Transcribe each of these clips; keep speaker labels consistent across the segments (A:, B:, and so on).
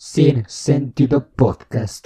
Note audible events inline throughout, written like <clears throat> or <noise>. A: Sin Sentido Podcast.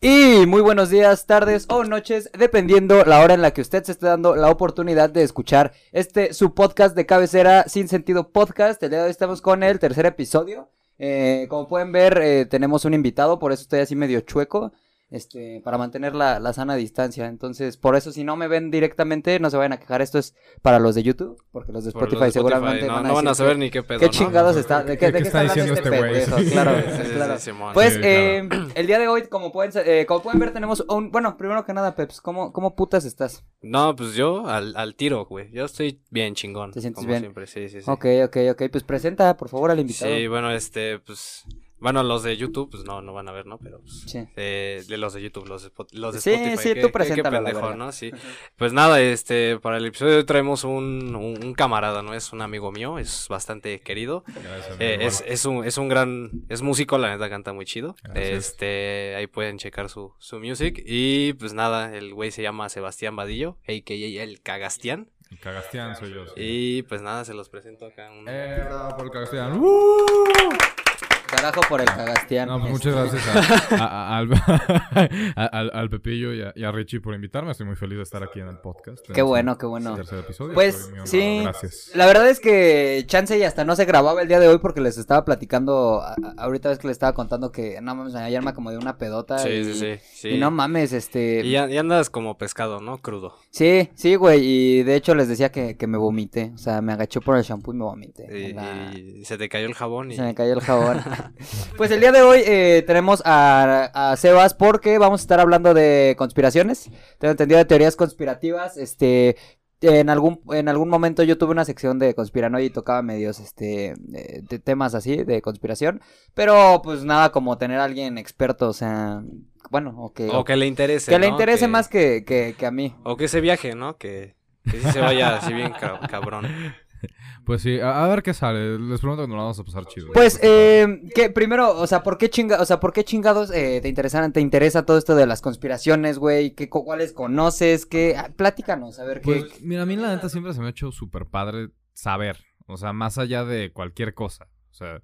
B: Y muy buenos días, tardes o noches, dependiendo la hora en la que usted se esté dando la oportunidad de escuchar este su podcast de cabecera Sin Sentido Podcast. El día de hoy estamos con el tercer episodio. Eh, como pueden ver, eh, tenemos un invitado, por eso estoy así medio chueco, este, para mantener la, la sana distancia. Entonces, por eso, si no me ven directamente, no se vayan a quejar. Esto es para los de YouTube, porque los de
C: Por los
B: Spotify,
C: de
B: seguramente
C: no,
B: van a,
C: no van a
B: decir
C: saber ni qué pedo.
B: ¿Qué
C: ¿no?
B: chingados
C: <laughs>
B: está? ¿De qué,
D: ¿Qué
B: de qué
D: está diciendo
B: hablando
D: este
B: pendejo?
D: güey?
B: Claro,
C: Sí, Ah, sí, sí,
B: claro.
C: Simón.
B: Pues
D: Sí,
B: eh, el día de hoy, como pueden, sa- eh, como pueden ver, tenemos un... Bueno, primero que nada, Peps, ¿cómo, cómo putas estás?
C: No, pues yo al, al tiro, güey. Yo estoy bien chingón.
B: ¿Te sientes
C: como
B: bien?
C: siempre, sí, sí, sí.
B: Ok, ok, ok. Pues presenta, por favor, al invitado.
C: Sí, bueno, este, pues. Bueno, los de YouTube, pues no, no van a ver, ¿no? Pero, pues.
B: Sí.
C: eh, de los de YouTube, los de, Spot- los de
B: Sí,
C: Spotify.
B: sí,
C: qué-
B: tú
C: qué-
B: preséntalo, la
C: Qué pendejo,
B: verga.
C: ¿no? Sí. Pues nada, este, para el episodio de hoy traemos un, un, un camarada, ¿no? Es un amigo mío, es bastante querido.
D: Gracias, amigo.
C: Eh, es, es, un, es un gran, es músico, la neta canta muy chido.
D: Gracias.
C: Este, ahí pueden checar su, su music. Y pues nada, el güey se llama Sebastián Vadillo, a.k.a. el Cagastián.
D: El Cagastián soy yo.
C: Y pues nada, se los presento acá. Un...
D: Eh, bravo por el Cagastián. ¡Uh!
B: Carajo por el cagastián.
D: No, pues
B: Este,
D: muchas gracias a- a- a- al, <laughs> a- al, al Pepillo y a, y a Richie por invitarme. Estoy muy feliz de estar aquí en el podcast.
B: Qué
D: En
B: bueno,
D: este
B: qué bueno.
D: tercer episodio.
B: Pues
D: Estoy muy honrado.
B: sí,
D: Gracias.
B: la verdad es que Chance y hasta no se grababa el día de hoy porque les estaba platicando, a- a- ahorita ves que les estaba contando que no mames, ayer me como de una pedota.
C: Sí,
B: y,
C: sí, sí. sí.
B: Y no mames, este...
C: Y an- y andas como pescado, ¿no? Crudo.
B: Sí, sí, güey, y de hecho les decía que, que me vomité, o sea, me agaché por el shampoo y me vomité.
C: Y,
B: en la-
C: y se te cayó el jabón y...
B: Se me cayó el
C: <laughs>
B: jabón. <laughs> pues el día de hoy eh, tenemos a, a Sebas porque vamos a estar hablando de conspiraciones, tengo entendido de teorías conspirativas, este... En algún, en algún momento yo tuve una sección de conspiranoia y tocaba medios este eh, de temas así de conspiración. Pero pues nada como tener a alguien experto, o sea, bueno, o que,
C: O que le interese,
B: que le
C: ¿no?
B: interese más que, que, que a mí.
C: O que ese viaje, ¿no? Que, que sí se vaya así bien ca-
B: <laughs>
C: cabrón.
D: Pues sí, a, a ver qué sale. Les prometo que nos la vamos a pasar chido.
B: Pues, eh, que primero, o sea, ¿por qué chinga, o sea, ¿por qué chingados eh, te interesan, te interesa todo esto de las conspiraciones, güey? ¿Qué co- cuáles conoces? ¿Qué? Ah, platícanos, a ver qué.
D: Pues, mira, a mí la neta siempre se me ha hecho súper padre saber, o sea, más allá de cualquier cosa, o sea,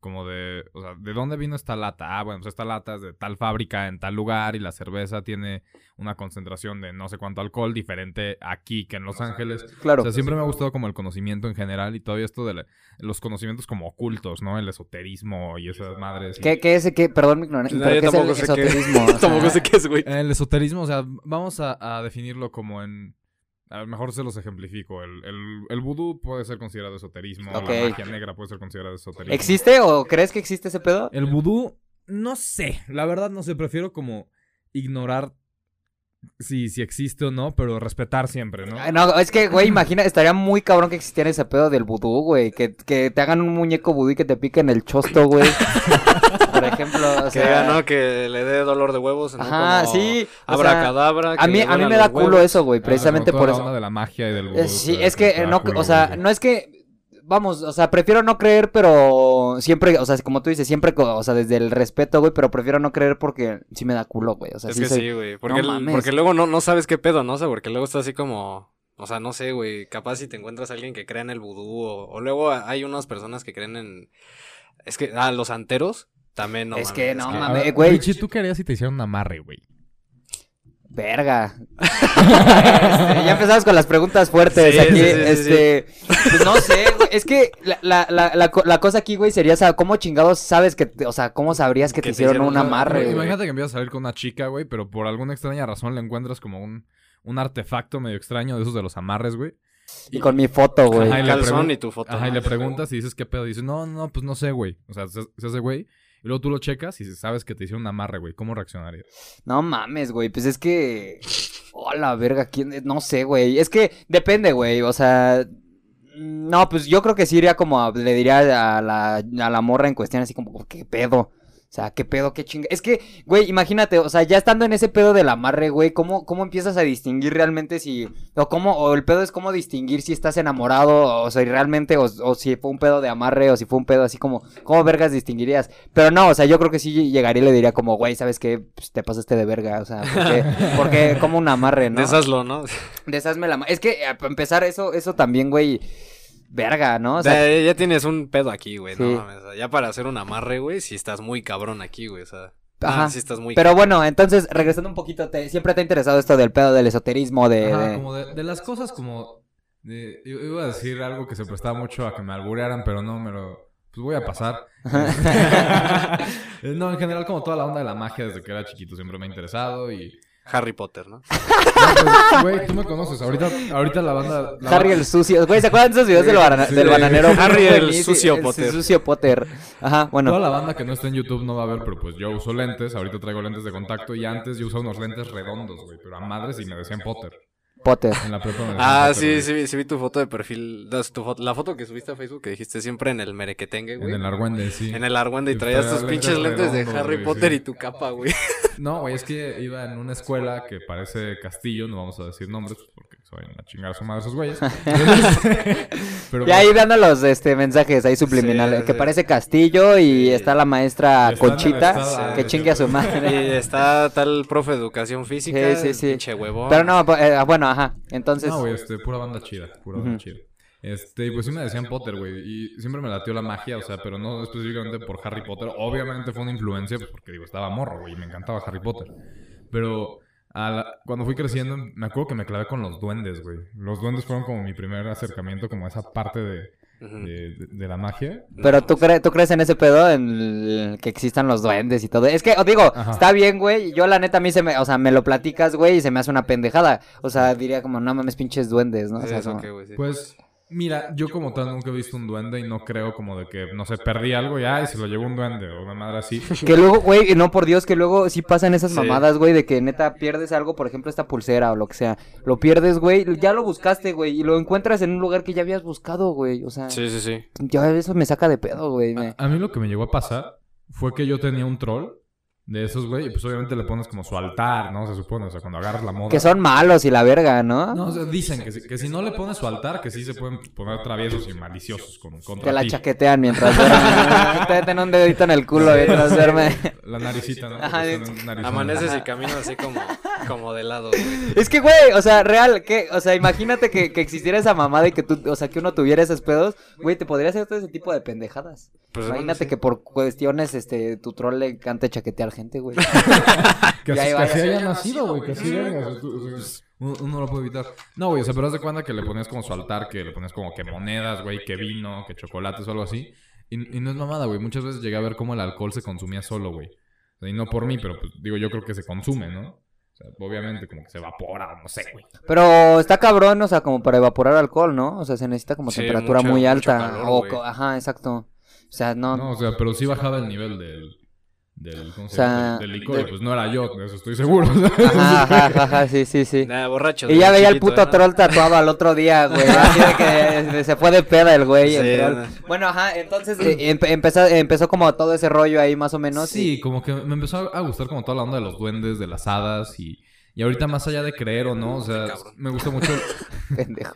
D: como de, o sea, ¿de dónde vino esta lata? Ah, bueno, pues esta lata es de tal fábrica en tal lugar y la cerveza tiene una concentración de no sé cuánto alcohol diferente aquí que en Los Ángeles.
B: claro.
D: O sea, siempre me ha gustado como el conocimiento en general y todavía esto de la- los conocimientos como ocultos, ¿no? El esoterismo y esas madres. y-
B: ¿Qué, qué es, qué, perdón mi ignorancia,
C: No,
B: pero
C: yo
B: qué es el
C: tampoco sé qué- <laughs>
B: esoterismo? O sea,
C: Tampoco sé qué es, güey.
D: El esoterismo, o sea, vamos a, a definirlo como en... A lo mejor se los ejemplifico. El, el, el vudú puede ser considerado esoterismo.
B: Ok.
D: La magia negra puede ser considerada esoterismo.
B: ¿Existe o crees que existe ese
C: Eh,
B: pedo?
D: El vudú, no sé. La verdad no sé. Prefiero como ignorar si, si existe o no, pero respetar siempre, ¿no?
B: Ay, Ah, No, es que, güey, imagina, estaría muy cabrón que existiera ese pedo del vudú, güey. Que, que te hagan un muñeco vudú y que te piquen el chosto,
C: <laughs>
B: güey. Por ejemplo, o
C: Que
B: sea.
C: diga, ¿no? Que le dé dolor de huevos. ¿no?
B: Ajá,
C: Como
B: sí. o sea,
C: Abracadabra. que
B: a mí,
C: le
B: a mí
C: duelan
B: me
C: los
B: da culo
C: huevos.
B: eso, güey,
D: Ah,
B: precisamente
D: como toda
B: por
D: la
B: eso.
D: onda de la magia y del vudú.
B: Eh, Sí,
D: está-
B: es que
D: está
B: eh, no,
D: culo,
B: o sea,
D: güey.
B: no es que vamos, o sea, prefiero no creer, pero siempre, o sea, como tú dices, siempre, co- o sea, desde el respeto, güey, pero prefiero no creer porque sí me da culo, güey, o sea,
C: Es
B: sí
C: que
B: soy-
C: sí, güey. Porque,
B: No
C: el-
B: mames.
C: porque luego no, no sabes qué pedo, ¿no? O sea, porque luego está así como. O sea, no sé, güey. Capaz si te encuentras a alguien que crea en el vudú. O, o luego hay unas personas que creen en. Es que. Ah, los anteros. También no.
B: Es
C: mames,
B: que no
D: A- a
B: mames,
D: ver,
B: güey.
D: Richie, ¿tú qué harías si te hicieran un amarre, güey?
C: <laughs>
B: verga. Este, ya empezamos con las preguntas fuertes
C: Sí,
B: aquí,
C: sí, sí, sí,
B: este, pues no sé, güey, es que la, la, la, la, co- la cosa aquí, güey, sería, o sea, ¿cómo chingados sabes que, te- o sea, cómo sabrías que, te, hicieron, un amarre,
D: Güey,
B: güey?
D: Imagínate que empiezas a salir con una chica, güey, pero por alguna extraña razón le encuentras como un, un artefacto medio extraño de esos de los amarres, güey.
B: Y con mi foto, güey.
D: Ajá,
C: El
D: y le
C: calzón
D: pregun-
C: y tu foto.
D: Ajá, y
C: ¿no?
D: le preguntas y dices, ¿qué pedo? Y dices, no, no, no, pues no sé, güey. O sea, se, se hace güey. Y luego tú lo checas y sabes que te hicieron un amarre, güey. ¿Cómo reaccionarías?
B: No mames, güey, pues es que... Hola, verga, ¿quién? es? No sé, güey. Es que depende, güey, o sea... No, pues yo creo que sí iría como... a- Le diría a la, a la morra en cuestión así como, "Oh, ¿qué pedo? O sea, qué pedo, qué chinga. Es que, güey, imagínate, o sea, ya estando en ese pedo del amarre, güey, ¿cómo, cómo empiezas a distinguir realmente si. O cómo, o el pedo es cómo distinguir si estás enamorado, o si realmente, o, o si fue un pedo de amarre, o si fue un pedo así como, ¿cómo vergas distinguirías? Pero no, o sea, yo creo que sí llegaría y le diría como, güey, ¿sabes qué? Pues, te pasaste de verga, o sea, porque, porque como un amarre, ¿no?
C: Deshazlo, ¿no?
B: Deshazme la ma- Es que, eh, para empezar, eso, eso también, güey, verga, ¿no? O sea,
C: ya, ya tienes un pedo aquí, güey.
B: Sí.
C: No mames. o sea, Ya para hacer un amarre, güey, si estás muy cabrón aquí, güey. O sea,
B: Ajá.
C: si estás muy
B: Pero bueno, entonces, regresando un poquito, te- siempre te ha interesado esto del pedo del esoterismo, de...
D: Ajá,
B: de-
D: como de, de las cosas como... de- yo iba a decir algo que se prestaba mucho a que me alburearan, pero no, me lo... Pues voy a pasar. <laughs> Eh, no, en general como toda la onda de la magia desde que era chiquito siempre me ha interesado y...
C: Harry Potter, ¿no? <laughs>
D: No, pues, Güey, tú me conoces. Ahorita, ahorita la banda... la
B: Harry
D: ba-
B: el sucio. Güey, ¿se acuerdan de esos videos del, bana-
D: Sí.
B: del
D: <laughs>
B: bananero?
C: Harry el
B: Sí,
C: sucio
B: el
C: Potter.
B: sucio Potter. Ajá,
D: Toda
B: bueno.
D: la banda que no está en YouTube no va a ver, pero pues yo uso lentes, ahorita traigo lentes de contacto y antes yo usaba unos lentes redondos, güey, pero a madres y me decían Potter.
B: Potter.
D: En la prepa me decían
C: Ah,
D: Potter,
C: sí,
D: güey.
C: sí, vi- sí vi tu foto de perfil. das tu foto- la foto que subiste a Facebook que dijiste siempre en el merequetengue, güey.
D: En el Argüende, sí.
C: En el Argüende y
D: Y
C: traías
D: traía
C: tus pinches
D: lentes
C: lentes de
D: redondos,
C: Harry
D: güey,
C: Potter
D: sí.
C: y tu capa, güey.
D: No, güey, es que iba en una escuela que parece castillo, no vamos a decir nombres pues, porque se vayan a chingar a su madre esos güeyes.
C: <laughs>
D: pues, Pero
B: Y ahí dando los este, mensajes ahí subliminales.
C: Sí,
B: que
C: sí.
B: parece Castillo y
C: Sí.
B: está la maestra
D: Y está
B: Conchita.
D: arrestada.
B: Que chingue a su
C: Y
B: madre.
C: está tal profe de educación física.
B: Sí, sí, sí.
C: Pinche huevón.
B: Pero no, po- eh, bueno, ajá. Entonces...
D: No, güey, este, pura banda chida, pura banda
B: Ujú.
D: chida. Este, y pues sí me decían Potter, güey, y siempre me latió la magia, o sea, pero no específicamente por Harry Potter. Obviamente fue una influencia, pues porque digo, estaba morro, güey, y me encantaba Harry Potter. Pero a la- cuando fui creciendo, me acuerdo que me clavé con los duendes, güey. Los duendes fueron como mi primer acercamiento como a esa parte de,
C: Ujú.
D: de, de- de la magia.
B: Pero tú, cre- tú crees en ese pedo, en el que existan los duendes y todo. Es que, os digo,
D: Ajá.
B: está bien, güey. Yo, la neta, a mí se me, o sea, me lo platicas, güey, y se me hace una pendejada. O sea, diría como, no mames, pinches duendes, ¿no? O
C: Sí,
B: sea,
C: eso
B: como-
C: que, güey, sí.
D: Pues, mira, yo como tal nunca he visto un duende y no creo como de que, no sé, perdí algo y, ay, se lo llevó un duende o una madre así.
B: Que luego, güey, no por Dios, que luego sí pasan esas
C: Sí.
B: mamadas, güey, de que neta pierdes algo, por ejemplo, esta pulsera o lo que sea. Lo pierdes, güey, ya lo buscaste, güey, y lo encuentras en un lugar que ya habías buscado, güey. O sea,
C: Sí, Ah, sí, sí.
B: yo eso me saca de pedo, güey. me-
D: A mí lo que me llegó a pasar fue que yo tenía un troll de esos, güey, y pues obviamente le pones como su altar, ¿no? Se supone, o sea, cuando agarras la moda.
B: Que son malos y la verga, ¿no?
D: No, o sea, dicen que si, que si no le pones su altar, que sí se pueden poner traviesos y maliciosos con, contra
B: Te la
D: ti.
B: chaquetean mientras
C: <laughs>
B: duermes. Te meten un dedito en el culo mientras duerme.
D: La naricita, ¿no?
B: Ajá,
D: Porque
B: de-
D: son narizones.
C: Amaneces y caminas así como, como de lado, güey.
B: Es que, güey, o sea, real, que, o sea, imagínate que, que existiera esa mamada y que tú, o sea, que uno tuviera esos pedos, güey, te podría hacer todo ese tipo de pendejadas.
C: Pues, bueno,
B: imagínate
C: sí.
B: que por cuestiones, este, tu troll le encanta chaquetear gente, güey. <laughs>
D: Que
B: Y
D: así,
B: ahí
D: que
B: va,
D: así
B: ya.
D: haya nacido, güey, que así venga. o sea, pues, tú- o sea, Uno, uno no lo puede evitar. No, güey, o sea, pero haz de cuenta que le ponías como su altar, que le ponías como que monedas, güey, que vino, que chocolates o algo así. Y, y no es mamada, güey. Muchas veces llegué a ver cómo el alcohol se consumía solo, güey. O sea, y no por mí, pero pues, digo, yo creo que se consume, ¿no? O sea, obviamente como que se evapora, no sé, güey.
B: Pero está cabrón, o sea, como para evaporar alcohol, ¿no? O sea, se necesita como
C: Sí,
B: temperatura
C: mucho-
B: muy
C: mucho
B: alta.
C: calor,
B: o,
C: güey.
B: co- ajá, exacto. O sea, no.
D: No, o sea, pero sí bajaba el nivel del... Del, ¿cómo se
B: O sea,
D: llama? Del- del licor, y pues no era yo, de eso estoy seguro. o sea. <laughs>
B: Ajá, ajá, ajá, ajá, sí, sí, sí.
C: Nah, borracho.
B: Y
C: desde
B: ya veía el
C: chiquito,
B: puto
C: ¿no?
B: troll tatuado al otro día,
C: <laughs>
B: güey. Así de que eh, se fue de peda el güey. el
C: Sí,
B: troll.
C: no.
B: Bueno, ajá, entonces eh, empe- empezó, empezó como todo ese rollo ahí más o menos.
D: Sí, como que me empezó a gustar como toda la onda de los duendes, de las hadas y, y ahorita más allá de creer o no, o sea,
C: cabrón.
D: me gusta mucho... <laughs>
B: y- <laughs> pendejo.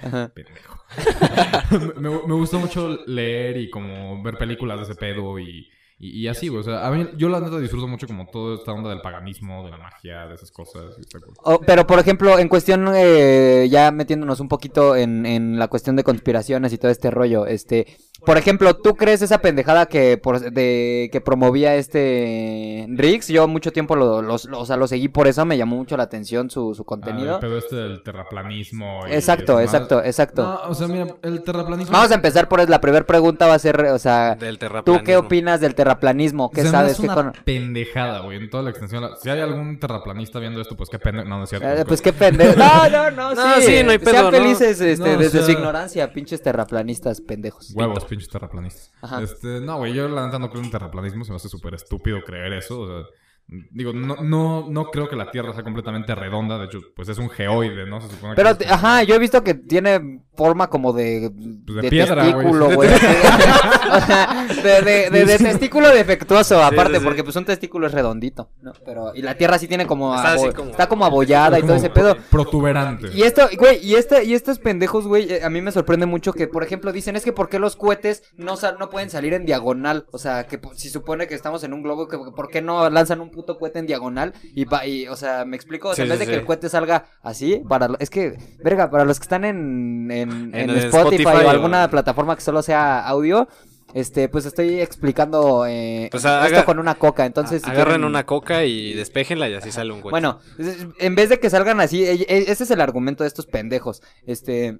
B: Ajá.
D: Pendejo. me, me gusta mucho leer y como ver películas de ese pedo y, y, y así, güey. O sea, a mí yo la neta disfruto mucho como toda esta onda del paganismo, de la magia, de esas cosas. este, y esta cosa.
B: O- pero, por ejemplo, en cuestión, eh, ya metiéndonos un poquito en, en la cuestión de conspiraciones y todo este rollo, este, por ejemplo, ¿tú crees esa pendejada que, por, de, que promovía este Rix? Yo mucho tiempo lo, los- lo- o sea, lo seguí por eso, me llamó mucho la atención su, su
D: Ah,
B: contenido.
D: el pedo este del terraplanismo. y
B: exacto,
D: demás.
B: exacto, exacto.
D: No, o sea, mira, el terraplanismo...
B: Vamos a empezar por la primera pregunta, va a ser, o sea, ¿tú
C: Del
B: qué
C: terraplanismo.
B: opinas del terraplanismo? ¿Qué
D: Se me
B: sabes?
D: hace
B: ¿Qué
D: una
B: con-
D: pendejada, güey, en toda la extensión. Si hay algún terraplanista viendo esto, pues qué pendejo. No, no es cierto.
B: Eh, pues qué
D: <laughs>
B: pendejo. No, no, no,
C: No,
B: sí.
C: sí, no hay
B: Sean
C: pedo, ¿no?
B: felices este,
D: No, o
B: desde su
D: sea-
B: ignorancia, pinches terraplanistas pendejos.
D: Huevos, pinches terraplanistas.
B: Ajá.
D: Este, no, güey, yo la neta no creo en terraplanismo, se me hace súper estúpido creer eso. O sea, Digo, no, no, no creo que la Tierra sea completamente redonda, de hecho, pues es un geoide, ¿no? Se supone que
B: Pero,
D: es
C: pues,
B: te- ah,
D: como-
B: ajá, yo he visto que tiene forma como de.
C: Pues,
D: de piedra, güey.
B: testículo,
C: <laughs>
B: güey. <laughs> O sea, de, de- de- de testículo defectuoso, aparte,
C: sí, sí.
B: porque pues un testículo es redondito, ¿no? Pero, y la tierra sí tiene como.
C: Está así
B: abo-
C: como-
B: está como abollada y todo
D: como
B: ese pedo.
D: Protuberante.
B: Y esto, güey, y este, y estos pendejos, güey, eh, a mí me sorprende mucho que, por ejemplo, dicen es que por qué los cohetes no sal- no pueden salir en diagonal, o sea, que pu- si supone que estamos en un globo, que por qué no lanzan un puto cohete en diagonal y, pa- y o sea, me explico, o sea,
C: Sí,
B: en vez
C: sí,
B: de que
C: sí.
B: el cohete salga así, para lo- es que, verga, para los que están en, en, en
C: En el
B: Spotify,
C: Spotify
B: o
C: o-
B: alguna plataforma que solo sea audio, este, pues estoy explicando eh,
C: Pues, haga-
B: esto con una coca, entonces. si
C: Agarren
B: quieren-
C: una coca y despejenla y así sale un coche.
B: bueno, es- en vez de que salgan así, e- e- ese es el argumento de estos pendejos. Este.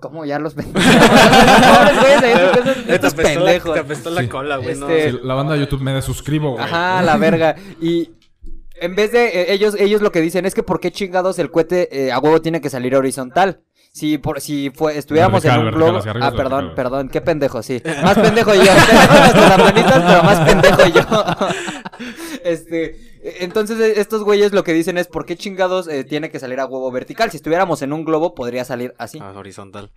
B: ¿Cómo ya los <laughs> pendejos? Pobres güeyes, ahí
C: <laughs>
B: en su casa,
C: Te
B: estos
C: apestó la-
B: pendejos.
C: Te apestó la
D: Sí.
C: cola, güey. no.
B: Este-
D: Sí, la banda de YouTube me desuscribo, güey.
B: Ajá, la verga. Y. En vez de eh, ellos, ellos lo que dicen es que por qué chingados el cohete eh, a huevo tiene que salir horizontal. Si por si fue, estuviéramos
D: Vertical,
B: en un
D: vertical,
B: globo.
D: hacia arriba,
B: Ah,
D: hacia
B: perdón,
D: arriba.
B: perdón, qué pendejo, sí. Más pendejo yo. <laughs> Ustedes son los terraplanistas, pero más pendejo yo. <laughs> Este, entonces eh, estos güeyes lo que dicen es por qué chingados eh, tiene que salir a huevo vertical. Si estuviéramos en un globo podría salir así.
C: Ah, horizontal.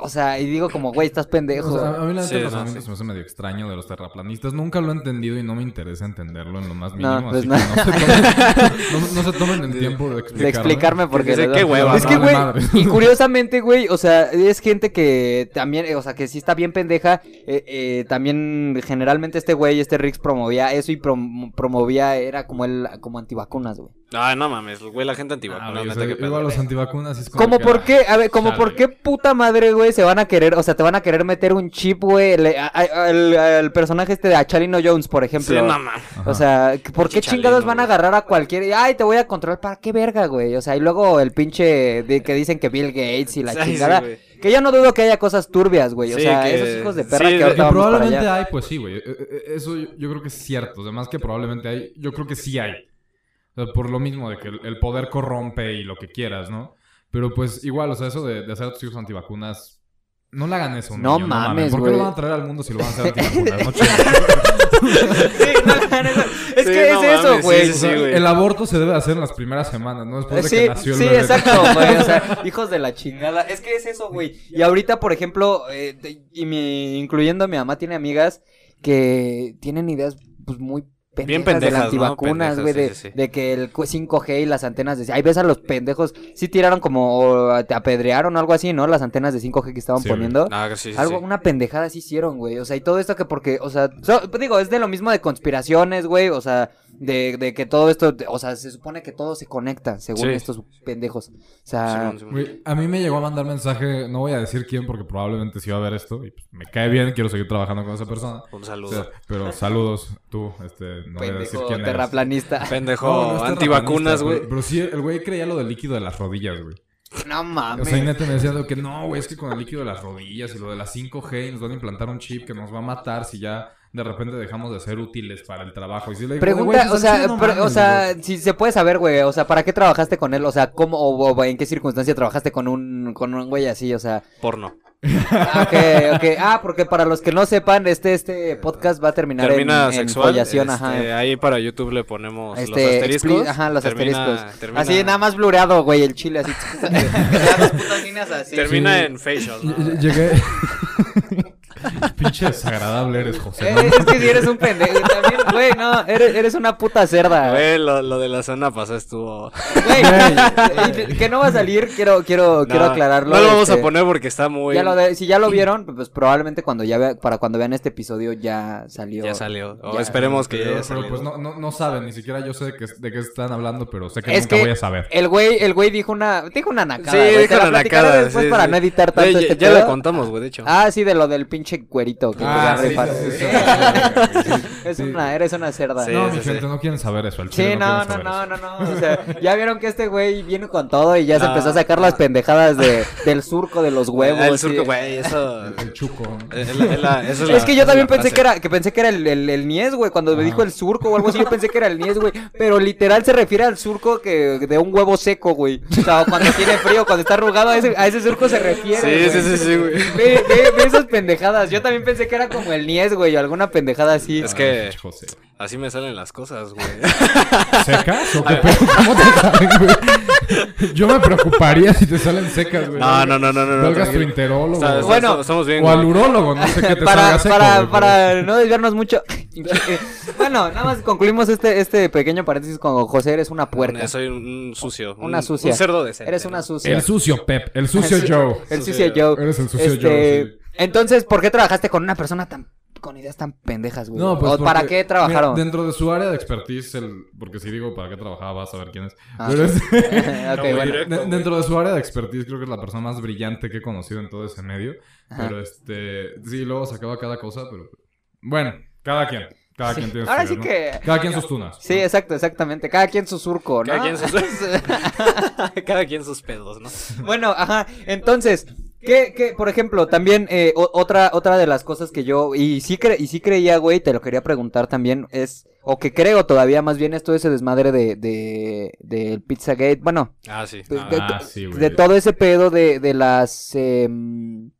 B: O sea, y digo como, güey, estás pendejo.
D: O sea, a mí la neta
C: Sí,
D: el
C: no,
D: razonamiento
C: sí.
D: se me hace medio extraño de los terraplanistas. Nunca lo he entendido y no me interesa entenderlo en lo más
B: No,
D: mínimo.
B: pues
D: así
B: no.
D: que no. se
B: <laughs>
D: tomen, no- no se tomen el tiempo de explicarme.
B: de explicarme porque
C: Dice,
B: la verdad-
C: "Qué hueva,
B: es que
D: no,
B: güey
D: madre".
B: y curiosamente güey o sea es gente que también eh, o sea que sí está bien pendeja eh, eh, también generalmente este güey este Rix promovía eso y prom- promovía era como el como antivacunas güey
C: Ah, no mames, güey, la gente antigua.
D: Ah,
C: no,
D: güey, o
C: neta,
D: sea,
C: qué pedo.
D: igual los antivacunas sí es como
B: como
D: que,
B: por
D: ah,
B: qué a ver como
D: chale.
B: por qué puta madre güey se van a querer o sea te van a querer meter un chip güey le- a- a- al al personaje este de Achalino Jones por
C: Sí,
B: ejemplo
C: no mames.
D: Ajá.
B: O sea, que ¿por qué
C: Chicharito,
B: chingados van a
C: güey.
B: agarrar a cualquier... y, Ay, te voy a controlar, ¿para qué verga, güey? O sea, y luego el pinche de que dicen que Bill Gates <laughs> y la
C: Ay, sí,
B: chingada...
C: güey.
B: que yo no dudo que haya cosas turbias, güey. O
C: Sí,
B: sea,
C: que-
B: esos hijos de perra
C: sí,
B: que
C: de-
D: que
B: ahorita vamos para
D: probablemente
B: allá.
D: hay, pues sí, güey. Eh, eh, Eso yo, yo creo que es cierto. Además que probablemente hay, yo creo que sí hay. O sea, por lo mismo de que el, el poder corrompe y lo que quieras, ¿no? Pero pues igual, o sea, eso de, de hacer a tus hijos antivacunas, no le hagan eso.
B: No
D: niño,
B: mames,
D: ¿Por qué
B: güey.
D: lo van a traer al mundo si lo van a hacer antivacunas?
B: <laughs>
D: No chingues.
B: Sí, no, no, no, es
C: Sí,
B: que
C: no
B: es eso,
C: mames,
B: güey.
C: sí,
D: O sea,
C: Sí, güey.
D: el aborto se debe hacer en las primeras semanas, ¿no? Después de
B: Eh, Sí,
D: que nació el
B: sí,
D: bebé.
B: exacto, güey. O
D: <laughs>
B: sea, hijos de la chingada. Es que es eso, güey. Y ahorita, por ejemplo, eh, te- y mi, incluyendo a mi mamá, tiene amigas que tienen ideas pues muy pendejas,
C: Bien
B: de las
C: pendejas, ¿no?
B: antivacunas,
C: Pendejas,
B: güey, de,
C: sí, sí, sí.
B: de que el cu- 5G y las antenas de... Ay, ves a los pendejos. Sí tiraron como... o te apedrearon o algo así, ¿no? Las antenas de 5G que estaban
D: Sí, güey.
B: poniendo.
C: Ah, sí, sí,
B: Algo,
C: sí.
B: una pendejada sí hicieron, güey. O sea, y todo esto que porque, o sea, so- digo, es de lo mismo de conspiraciones, güey. O sea, de, de que todo esto, de- o sea, se supone que todo se conecta según
C: Sí.
B: estos pendejos. O sea,
C: Simón, Simón.
D: Ah, Güey, a mí me llegó a mandar mensaje, no voy a decir quién porque probablemente sí va a ver esto y pues, me cae bien, quiero seguir trabajando con esa persona.
C: Un
D: O
C: saludo.
D: sea, pero saludos, tú, este, no voy a decir
B: pendejo
D: quién eres. <laughs>
B: terraplanista. <laughs>
C: Pendejo
D: No, no es
C: antivacunas,
D: terraplanista,
C: güey.
D: Pero sí, el güey creía lo del líquido de las rodillas, güey.
B: No
D: O
B: mames.
D: sea, y neta me decía de que no, güey, es que con el líquido de las rodillas y lo de las 5G y nos van a implantar un chip que nos va a matar si ya de repente dejamos de ser útiles para el trabajo. Y sí le digo, güey,
B: Pregunta,
D: pues,
B: o
D: al
B: sea,
D: chile no
B: pre- o
D: mames,
B: sea,
D: güey.
B: si se puede saber, güey, o sea, ¿para qué trabajaste con él? O sea, ¿cómo o, o en qué circunstancia trabajaste con un con un güey así? O sea,
C: Porno.
B: ah, ok, ok. Ah, porque para los que no sepan, este este podcast va a terminar
C: Termina
B: en, en
C: sexual.
B: follación,
C: este,
B: ajá, en
C: Ahí para YouTube le ponemos los
B: Este,
C: asteriscos.
B: expli- ajá, los
C: Termina-
B: asteriscos.
C: termina-
B: Así, nada más blureado, güey, el chile,
C: <laughs>
B: así. que sean dos putas líneas así.
C: Termina
D: Sí. <laughs>
C: en facial.
D: Y-
C: ¿no?
D: y- Llegué. Pinche desagradable eres, José.
B: Eh,
D: no
B: es que si eres un pendejo, también, güey, no, eres, eres una puta cerda, güey.
C: Güey, lo, lo de la zona pasada estuvo.
B: Güey, Que no va a salir, quiero, quiero, quiero
C: No,
B: aclararlo.
C: No lo vamos
B: este,
C: a poner porque está muy.
B: ya lo de- si ya lo vieron, pues probablemente cuando ya vea- para cuando vean este episodio ya salió.
C: Ya salió. O
B: Ya.
C: esperemos que ya
D: Pero,
C: haya
D: pero,
C: salido.
D: pues no, no, no saben, ni siquiera yo sé de qué, de qué están hablando, pero sé que
B: Es que-
D: nunca
B: eh,
D: voy a saber.
B: El güey, el güey dijo una, dijo una nacada.
C: Sí,
B: güey, te
C: dijo
B: la
C: la
B: platicaré
C: nacada,
B: después
C: sí,
B: para
C: sí.
B: no editar tanto
C: Güey, ya
B: este
C: ya la
B: pedo.
C: contamos, güey, de hecho.
B: Ah, sí, de lo del pinche cuerito que
D: Ah,
B: te
D: sí,
B: iba a rifar.
D: sí, sí, sí, sí, sí.
B: <laughs> Es
D: Sí.
B: una, eres una cerda.
C: Sí,
D: no, mi
C: sí, sí.
D: gente, no quieren saber eso. al chile
B: Sí, no, no,
D: quieren saber
B: no,
D: eso. Ah,
B: no, no. O sea, ya vieron que este güey viene con todo y ya se
C: No.
B: empezó a sacar las pendejadas de, del surco de los huevos.
C: Ah, El surco,
B: y-
C: güey, eso.
D: El chuco.
C: es la- es la- eso
B: Es
C: la-
B: que yo
C: es
B: también
C: la
B: pensé
C: frase.
B: que era, que pensé que era el, el, el Nies, güey. Cuando me
D: Ah.
B: dijo el surco o algo así, yo pensé que era el Nies, güey. Pero literal se refiere al surco que de un huevo seco, güey. O sea, cuando tiene frío, cuando está arrugado, a ese, a ese surco se refiere.
C: Sí, sí,
B: güey.
C: sí, sí, güey.
B: Ve, ve, ve esas pendejadas. Yo también pensé que era como el Nies, güey, o alguna pendejada así.
C: Es
D: Ah,
C: que-
D: pinche José.
C: Así me salen las cosas, güey.
D: ¿Secas? ¿O qué pedo? ¿Cómo te salen, güey? Yo me preocuparía si te salen secas, güey.
C: No, no, no, no, no. no,
D: Valgas tu
C: tranquilo.
D: enterólogo.
C: Está- está-
B: Bueno.
C: estamos- estamos bien.
D: O al
C: güey.
D: urólogo, no sé qué te
B: para,
D: salga seco,
B: para,
D: güey,
B: para no desviarnos mucho. <laughs> bueno, nada más concluimos este, este pequeño paréntesis con José, eres una puerca.
C: Soy un, un sucio. un-
B: Una sucia.
C: Un cerdo decente.
B: Eres una
C: ¿no?
D: pero-
B: sucia.
D: El sucio Pep, el sucio
B: El su-
D: Joe.
B: El
C: Sucio
B: sucio
C: yo.
B: Joe.
D: Eres el sucio
B: Este,
D: Joe, sí.
B: Entonces, ¿por qué trabajaste con una persona tan con ideas tan pendejas, güey?
D: No, pues
B: ¿O ¿Para
D: porque-
B: qué trabajaron?
D: mira, dentro de su área de expertise, el, porque si digo para qué trabajaba, vas a ver quién es.
B: Ah.
D: Pero
B: <laughs>
D: es-
B: Ok,
C: Muy
B: bueno.
C: directo,
D: de-
C: güey.
D: dentro de su área de expertise, creo que es la persona más brillante que he conocido en todo ese medio.
B: Ajá.
D: Pero este, sí, luego sacaba cada cosa, pero bueno, cada quien. Cada quien tiene su
B: Ahora
D: vida,
B: sí
D: ¿no?
B: que-
D: Cada quien sus tunas.
B: Sí, exacto, exactamente. Cada quien su surco, ¿no? <laughs>
C: Cada quien sus... Cada quien sus pedos, ¿no?
B: Bueno, ajá. Entonces, ¿qué, qué, por ejemplo, también eh, o- otra, otra de las cosas que yo, y sí, cre- y sí creía, güey, te lo quería preguntar también, es, o que creo todavía más bien esto ese desmadre de, de, del Pizzagate, bueno,
C: Ah, sí.
B: de,
C: Ah,
B: de-
D: Ah, sí, güey.
B: de todo ese pedo de, de las... em,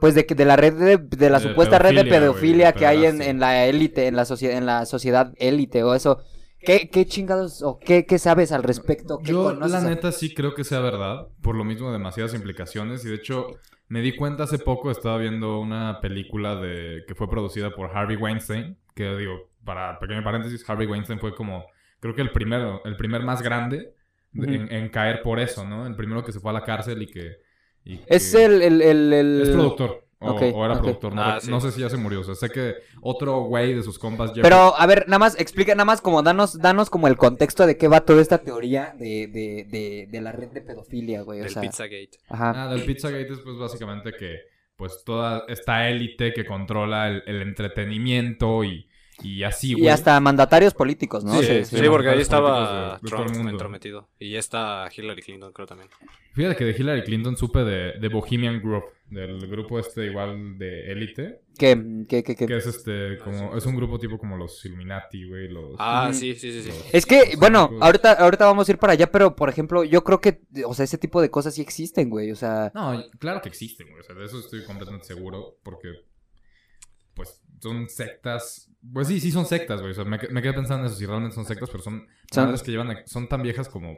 B: pues de, que- de la red de, de la
D: De
B: supuesta red de
D: pedofilia, güey,
B: pedofilia
D: de
B: que hay en,
D: pedrastia.
B: en la élite, en la sociedad, en la sociedad élite o eso. ¿Qué, qué chingados o qué, qué sabes al respecto? ¿Qué
D: Yo,
B: conoces
D: la
B: al-
D: neta, sí creo que sea verdad. Por lo mismo, demasiadas implicaciones. Y de hecho, me di cuenta hace poco, estaba viendo una película de que fue producida por Harvey Weinstein. Que digo, para pequeño paréntesis, Harvey Weinstein fue como, creo que el primero, el primer más grande de-
B: Ujú.
D: en, en caer por eso, ¿no? El primero que se fue a la cárcel y que. y
B: Es
D: que-
B: el, el, el, el-
D: Es productor. O,
B: Ok,
D: o era
B: ok.
D: productor, no,
C: Ah,
D: rec-
C: sí.
D: no sé si ya se murió. O sea, sé que otro güey de sus compas, Jeffrey
B: Pero, a ver, nada más, explica, nada más como danos, danos como el contexto de qué va toda esta teoría de, de, de, de la red de pedofilia, güey. O
C: del
B: sea,
C: Pizzagate.
B: ajá.
D: Ah, del Pizzagate es pues básicamente que pues toda esta élite que controla el, el entretenimiento y, y así, güey.
B: Y hasta mandatarios políticos, ¿no?
D: Sí,
B: Se-
D: sí,
B: se-
C: Sí, porque ahí
D: los
C: estaba
D: políticos de- de todo el
C: Trump
D: mundo.
C: entrometido. Y ya está Hillary Clinton, creo también.
D: Fíjate que de Hillary Clinton supe de, de Bohemian Group, del grupo este igual de élite,
B: que, que, que, que-
D: que es este como es un grupo tipo como los Illuminati, güey, los
C: Ah,
B: Ujú.
C: sí, sí, sí, sí.
B: Es que, bueno,
D: políticos.
B: ahorita, ahorita vamos a ir para allá, pero, por ejemplo, yo creo que, o sea, ese tipo de cosas sí existen, güey. O sea,
D: No, claro que existen, güey, o sea, de eso estoy completamente seguro porque pues son sectas, pues sí, sí son sectas, güey, o sea, me, que- me quedé pensando en eso, si realmente son sectas, pero son
B: Son-
D: madres que llevan, a- son tan viejas como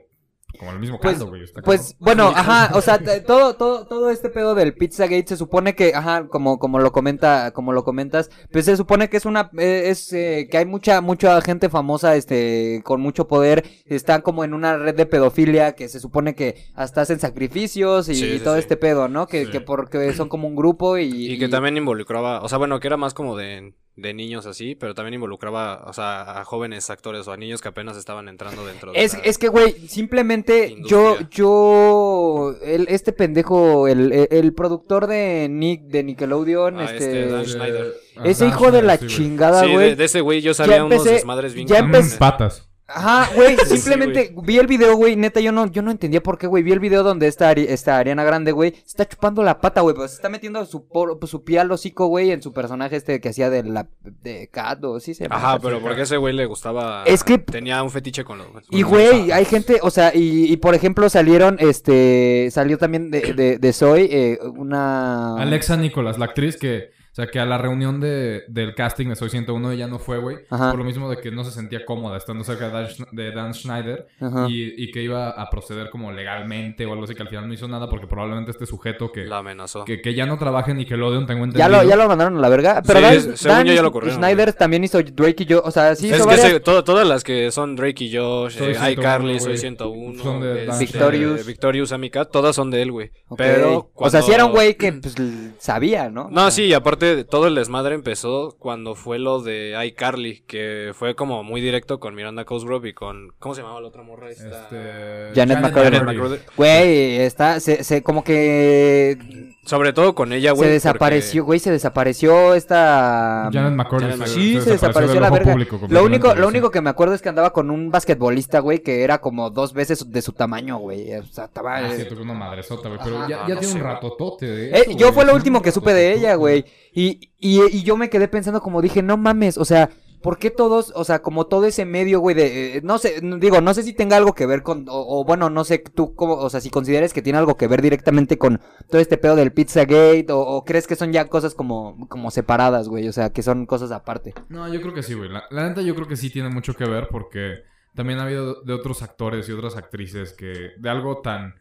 D: como el mismo
B: Pues-
D: caldo, güey. está cabrón.
B: Pues bueno, ajá,
C: <laughs>
B: o sea, t- todo, todo, todo este pedo del Pizzagate se supone que, ajá, como, como lo comenta, como lo comentas, pues se supone que es una, eh, es eh, que hay mucha, mucha gente famosa, este, con mucho poder, están como en una red de pedofilia que se supone que hasta hacen sacrificios y,
C: Sí,
B: y
C: sí,
B: todo
C: sí.
B: este pedo, ¿no? Que,
D: Sí.
B: que porque son como un grupo y,
C: Y que también involucraba, o sea, bueno, que era más como de, de niños así, pero también involucraba, o sea, a jóvenes actores o a niños que apenas estaban entrando dentro de
B: Es,
C: la-
B: es que, güey, simplemente yo,
C: Industria.
B: yo, el- este pendejo, el, el- el productor de Nick, de Nickelodeon,
C: Ah,
B: este,
C: este, Dan Schneider.
D: Ah,
B: Ese
D: Dan
B: hijo de la
D: Schneider, sí, güey.
B: chingada, pues,
C: Sí,
B: güey.
C: de, de ese güey yo sabía unos
B: empecé-
C: desmadres bien
B: ya
D: Mm,
C: cabrones.
B: empecé-
D: patas.
B: Ajá, güey,
C: <laughs> Sí,
B: simplemente vi el video, güey, neta, yo no, yo no entendía por qué, güey, vi el video donde esta, Ari- esta Ariana Grande, güey, se está chupando la pata, güey, pero se está metiendo su, por, su pie al hocico, güey, en su personaje este que hacía de la, de Cat, o sí se llama.
C: Ajá, pero porque a ese güey le gustaba.
B: Es que-
C: Tenía un fetiche con los. con
B: Y
C: los
B: güey,
C: patos.
B: hay gente, o sea, y, y, por ejemplo salieron, este, salió también de, de, de Zoe, eh, una...
D: Alexa Nicolás, la actriz que, o sea, que a la reunión de, del casting de Soy 101 ella no fue, güey.
B: Ajá.
D: Por lo mismo de que no se sentía cómoda estando cerca de Dan, Schn- de Dan Schneider
B: Ajá.
D: y, y que iba a proceder como legalmente o algo así, que al final no hizo nada porque probablemente este sujeto que,
C: La amenazó.
D: que, que ya no trabaja en Nickelodeon,
B: Ya
D: tengo entendido.
B: lo, ya lo mandaron a la verga. Pero
C: Sí,
B: Dan,
C: es- según
B: Dan
C: yo ya lo corrieron,
B: Schneider también hizo Drake y yo. O sea, sí
C: es
B: hizo
C: que
B: varias-
C: se- todo- todas las que son Drake y Josh,
D: Soy
C: eh,
D: 101,
C: iCarly,
D: güey.
C: Soy 101,
D: Son de Dan
B: Victorious.
C: Victorious Amica, todas son de él, güey.
B: Ok.
C: Pero.
B: O sea, sí era un
C: cuando-
B: güey que pues, l- sabía, ¿no?
C: No, sí, y aparte de- todo el desmadre empezó cuando fue lo de iCarly, que fue como muy directo con Miranda Cosgrove y con... ¿Cómo se llamaba la otra morra? Esta...
D: Este,
B: Janet McCurdy.
C: Janet McCurdy.
B: Güey, está, se, se, como que
C: Sobre todo con ella, Este güey.
B: se
C: porque-
B: desapareció, güey, se desapareció esta...
D: Janet McCurdy.
C: Janet McCurdy.
B: Um, Sí, se desapareció
D: del
B: la
D: ojo
B: verga.
D: público
B: Lo único,
D: completamente,
B: lo
D: sí.
B: único que me acuerdo es que andaba con un basquetbolista, güey, que era como dos veces de su tamaño, güey. O sea, estaba...
D: Ah, sí, tocó una madresota, güey. Pero
B: Ajá.
D: ya,
C: Ah, No,
D: ya
C: no
D: tiene
C: sé,
D: un
C: güey.
D: ratotote. de
B: Eh,
D: eso,
B: yo
D: güey.
B: fue lo
D: Sí,
B: último que supe de ella, güey. Y, y, y yo me quedé pensando como dije, no mames, o sea, ¿Por qué todos, o sea, como todo ese medio, güey, de, eh, no sé, n- digo, no sé si tenga algo que ver con, o, o bueno, no sé tú cómo, o sea, si consideres que tiene algo que ver directamente con todo este pedo del Pizzagate, o, o crees que son ya cosas como, como separadas, güey, o sea, que son cosas aparte.
D: No, yo creo que sí, güey. La, la neta, yo creo que sí tiene mucho que ver porque también ha habido de otros actores y otras actrices que de algo tan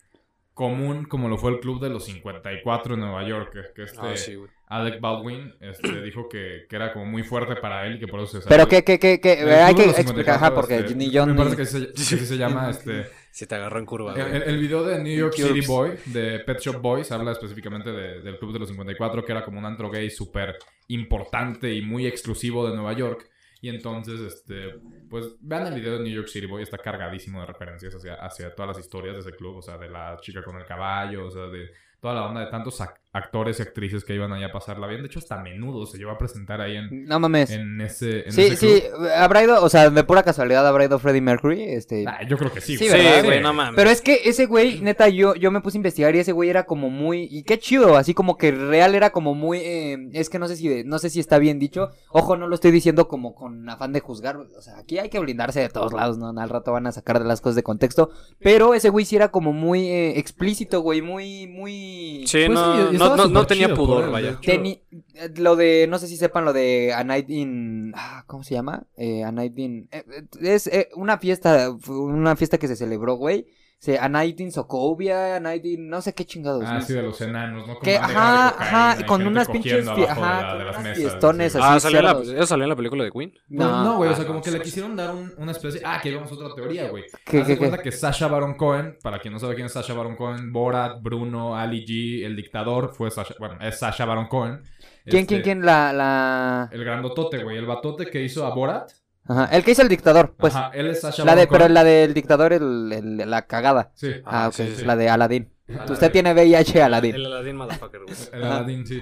D: común como lo fue el Club de los 54 en Nueva York, que, que este
C: Ah, sí, güey.
D: Alec Baldwin
C: <clears throat>
D: este, dijo que, que era como muy fuerte para él y que por eso se salió.
B: Pero que, que, que, que,
D: El
B: hay
D: Club de
B: que
D: los 54,
B: explicar, ajá, porque
D: este,
B: ni yo
D: Me
B: ni...
D: parece que sí
B: <laughs>
D: se- que sí se llama este...
C: Si te agarró en curva,
D: El,
C: güey.
D: el- el video de New York
B: Curious.
D: City Boy, de Pet Shop Boys, habla específicamente de- del Club de los 54, que era como un antro gay súper importante y muy exclusivo de Nueva York. Y entonces, este, pues vean el video de New York City Boy, está cargadísimo de referencias hacia, hacia todas las historias de ese club, o sea, de la chica con el caballo, o sea, de toda la onda de tantos ac- actores y actrices que iban allá a pasarla bien. De hecho, hasta a menudo se llevó a presentar ahí en,
B: No mames.
D: en ese. en
B: sí,
D: ese
B: sí,
D: club.
B: habrá ido, o sea, de pura casualidad habrá ido Freddie Mercury, este...
D: Ah, yo creo que sí.
B: Sí,
C: Sí,
B: ¿verdad?
C: güey, no mames.
B: Pero es que ese güey, neta, yo, yo me puse a investigar y ese güey era como muy. Y qué chido, así como que real era como muy. eh, es que no sé si de- no sé si está bien dicho. Ojo, no lo estoy diciendo como con afán de juzgar. O sea, aquí hay que blindarse de todos lados, ¿no? Al rato van a sacar de las cosas de contexto. Pero ese güey sí era como muy eh, explícito, güey. Muy, muy.
C: Sí,
D: Pues sí,
C: no,
D: estaba
C: no, no, no
D: súper
C: tenía
D: chido por
C: pudor,
D: él, de
C: vaya.
D: hecho.
B: Teni- eh, lo de, no sé si sepan lo de A Night in. ah, ¿Cómo se llama? Eh, a Night in. eh, eh, es eh, una fiesta, fue una fiesta que se celebró, güey. Se, a Night in Socovia, A Night in. No sé qué chingados.
D: Ah,
B: ¿no?
D: sí, de los enanos, ¿no? Con
B: Que,
D: bandera de
B: ajá,
D: cocaína
B: ajá, y
D: y
B: con
D: gente
B: unas
D: cogiendo
B: pinches fie-
D: abajo
B: ajá,
D: de la- de
B: con
D: las
B: unas
D: mesas, sí,
B: fiestones
D: güey.
B: así.
C: Ah, salió en la,
B: cerdos.
C: eso salió en la película de Queen.
D: Pues
B: No,
D: no, güey,
C: ah,
D: o sea, como
C: no,
D: que le
C: sí,
D: quisieron dar un- una especie... Ah, que vamos a otra teoría, güey.
B: ¿Qué,
D: Haz
B: qué,
D: de cuenta
B: qué?
D: que Sasha Baron Cohen, para quien no sabe quién es Sasha Baron Cohen, Borat, Bruno, Ali G, el dictador, fue Sasha... Bueno, es Sasha Baron Cohen.
B: ¿Quién,
D: Este,
B: quién, quién? La, la.
D: El grandotote, güey. El batote que hizo a Borat.
B: Ajá, el que hizo el dictador, pues.
D: Ajá, él es Sasha
B: La de,
D: Baron
B: pero
D: Cohen.
B: la del dictador, el, el- la cagada.
D: Sí. Ah,
B: Ah,
C: Ah,
B: ok,
C: sí, sí,
B: es
C: sí.
B: la de Aladdin.
D: Aladdin.
B: Usted tiene VIH, Aladdin.
C: El Aladdin Motherfucker, güey.
D: El
B: Ajá.
D: Aladdin, sí.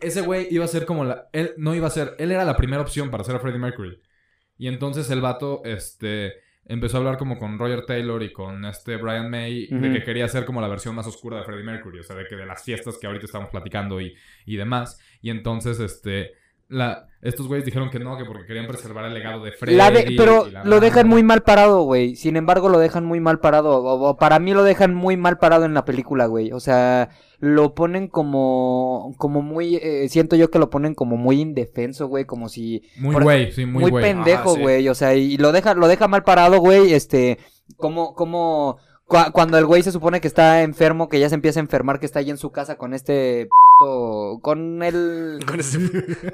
D: Ese güey iba a ser como la. Él no iba a ser. Él era la primera opción para ser a Freddie Mercury. Y entonces el vato, este. Empezó a hablar como con Roger Taylor y con este Brian May
B: Ujú.
D: de que quería ser como la versión más oscura de Freddie Mercury, o sea, de que de las fiestas que ahorita estamos platicando y, y demás. Y entonces, este, la, estos güeyes dijeron que no, que porque querían preservar el legado de Freddie.
B: La de- pero
D: y la
B: lo dejan
D: madre.
B: muy mal parado, güey. Sin embargo, lo dejan muy mal parado. O- o para mí lo dejan muy mal parado en la película, güey. O sea, lo ponen como, como muy, eh, siento yo que lo ponen como muy indefenso, güey. Como si
D: Muy
B: por-
D: güey, sí, muy
B: muy,
D: güey.
B: pendejo,
C: Ajá, sí.
B: güey. O sea, y, y lo deja, lo deja mal parado, güey. Este, como, como cua- cuando el güey se supone que está enfermo, que ya se empieza a enfermar, que está ahí en su casa con este, p- con el
C: <laughs> Con ese-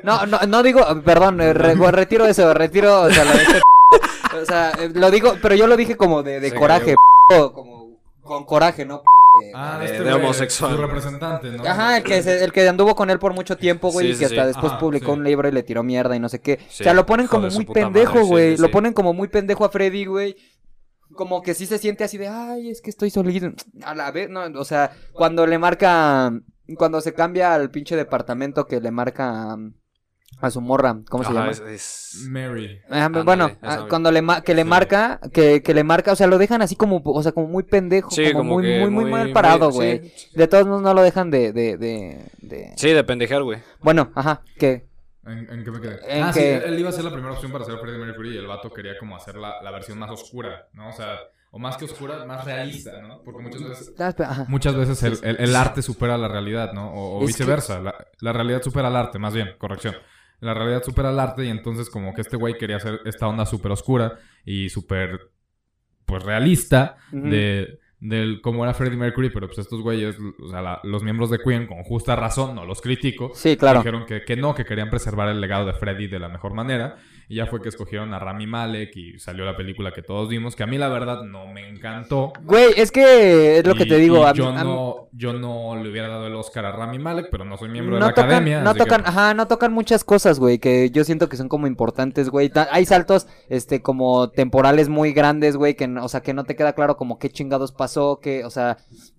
B: no, no, no digo, perdón, eh, re- retiro eso, retiro, o sea, lo de este <laughs> o sea, eh, lo digo, pero yo lo dije como de, de
C: Se
B: coraje, o como con coraje, ¿no? De-
D: Ah,
C: de-
D: este
C: Eh, de
D: güey,
C: homosexual.
D: Su representante, ¿no?
B: Ajá, el que, se- el que anduvo con él por mucho tiempo, güey,
C: Sí,
B: y
C: sí,
B: que hasta
C: sí.
B: después
D: Ajá,
B: publicó
D: sí.
B: un libro y le tiró mierda y no sé qué.
C: Sí,
B: O sea, lo ponen
C: hijo de
B: como
C: su
B: muy
C: puta
B: pendejo,
C: madre, sí,
B: güey.
C: sí,
B: Lo
C: sí.
B: ponen como muy pendejo a Freddy, güey. Como que sí se siente así de, ay, es que estoy solito. A la vez, no, o sea, cuando le marca, cuando se cambia al pinche departamento que le marca um, a su morra, ¿cómo se
C: Ajá,
B: llama?
C: es- es-
D: Mary.
B: Ah,
C: Ándale,
B: bueno,
C: esa
B: ah,
C: madre.
B: cuando le ma- que le
D: Sí.
B: marca, que, que le marca, o sea, lo dejan así como, o sea, como muy pendejo,
C: Sí,
B: como,
C: como
B: muy,
C: que
B: muy, muy
C: muy-
B: mal
C: muy-
B: parado,
C: sí.
B: güey. De todos modos no lo dejan de, de, de, de-
C: Sí, de pendejear, güey.
B: Bueno, ajá, que,
D: ¿En, en qué me quedé?
B: En
D: ah,
B: que-
D: sí, él iba a ser la primera opción para ser Freddie Mercury y el vato quería como hacer la, la versión más oscura, ¿no? O sea, o más que oscura, más realista, ¿no? Porque muchas veces...
B: Ah, espera, ajá.
D: Muchas veces el, el- el arte supera la realidad, ¿no? O, o
B: Es que-
D: viceversa, la, la realidad supera al arte, más bien, corrección. La realidad supera al arte y entonces como que este güey quería hacer esta onda súper oscura y súper, pues, realista
B: Ujú.
D: de, del cómo era Freddie Mercury, pero pues estos güeyes, o sea, la- los miembros de Queen, con justa razón, no los critico,
B: Sí, claro.
D: Dijeron que, que no, que querían preservar el legado de Freddy de la mejor manera. Y ya fue que escogieron a Rami Malek y salió la película que todos vimos, que a mí la verdad no me encantó.
B: Güey, es que es lo que
D: Y-
B: te digo,
D: y
B: a mí-
D: yo,
B: a mí-
D: no, yo no le hubiera dado el Oscar a Rami Malek, pero no soy miembro de
B: no
D: la
B: tocan,
D: academia.
B: no
D: así que-
B: tocan, ajá, no tocan muchas cosas, güey, que yo siento que son como importantes, güey. Ta- Hay saltos, este, como temporales muy grandes, güey, que, no- o sea, que no te queda claro como qué chingados pasó, que, o sea,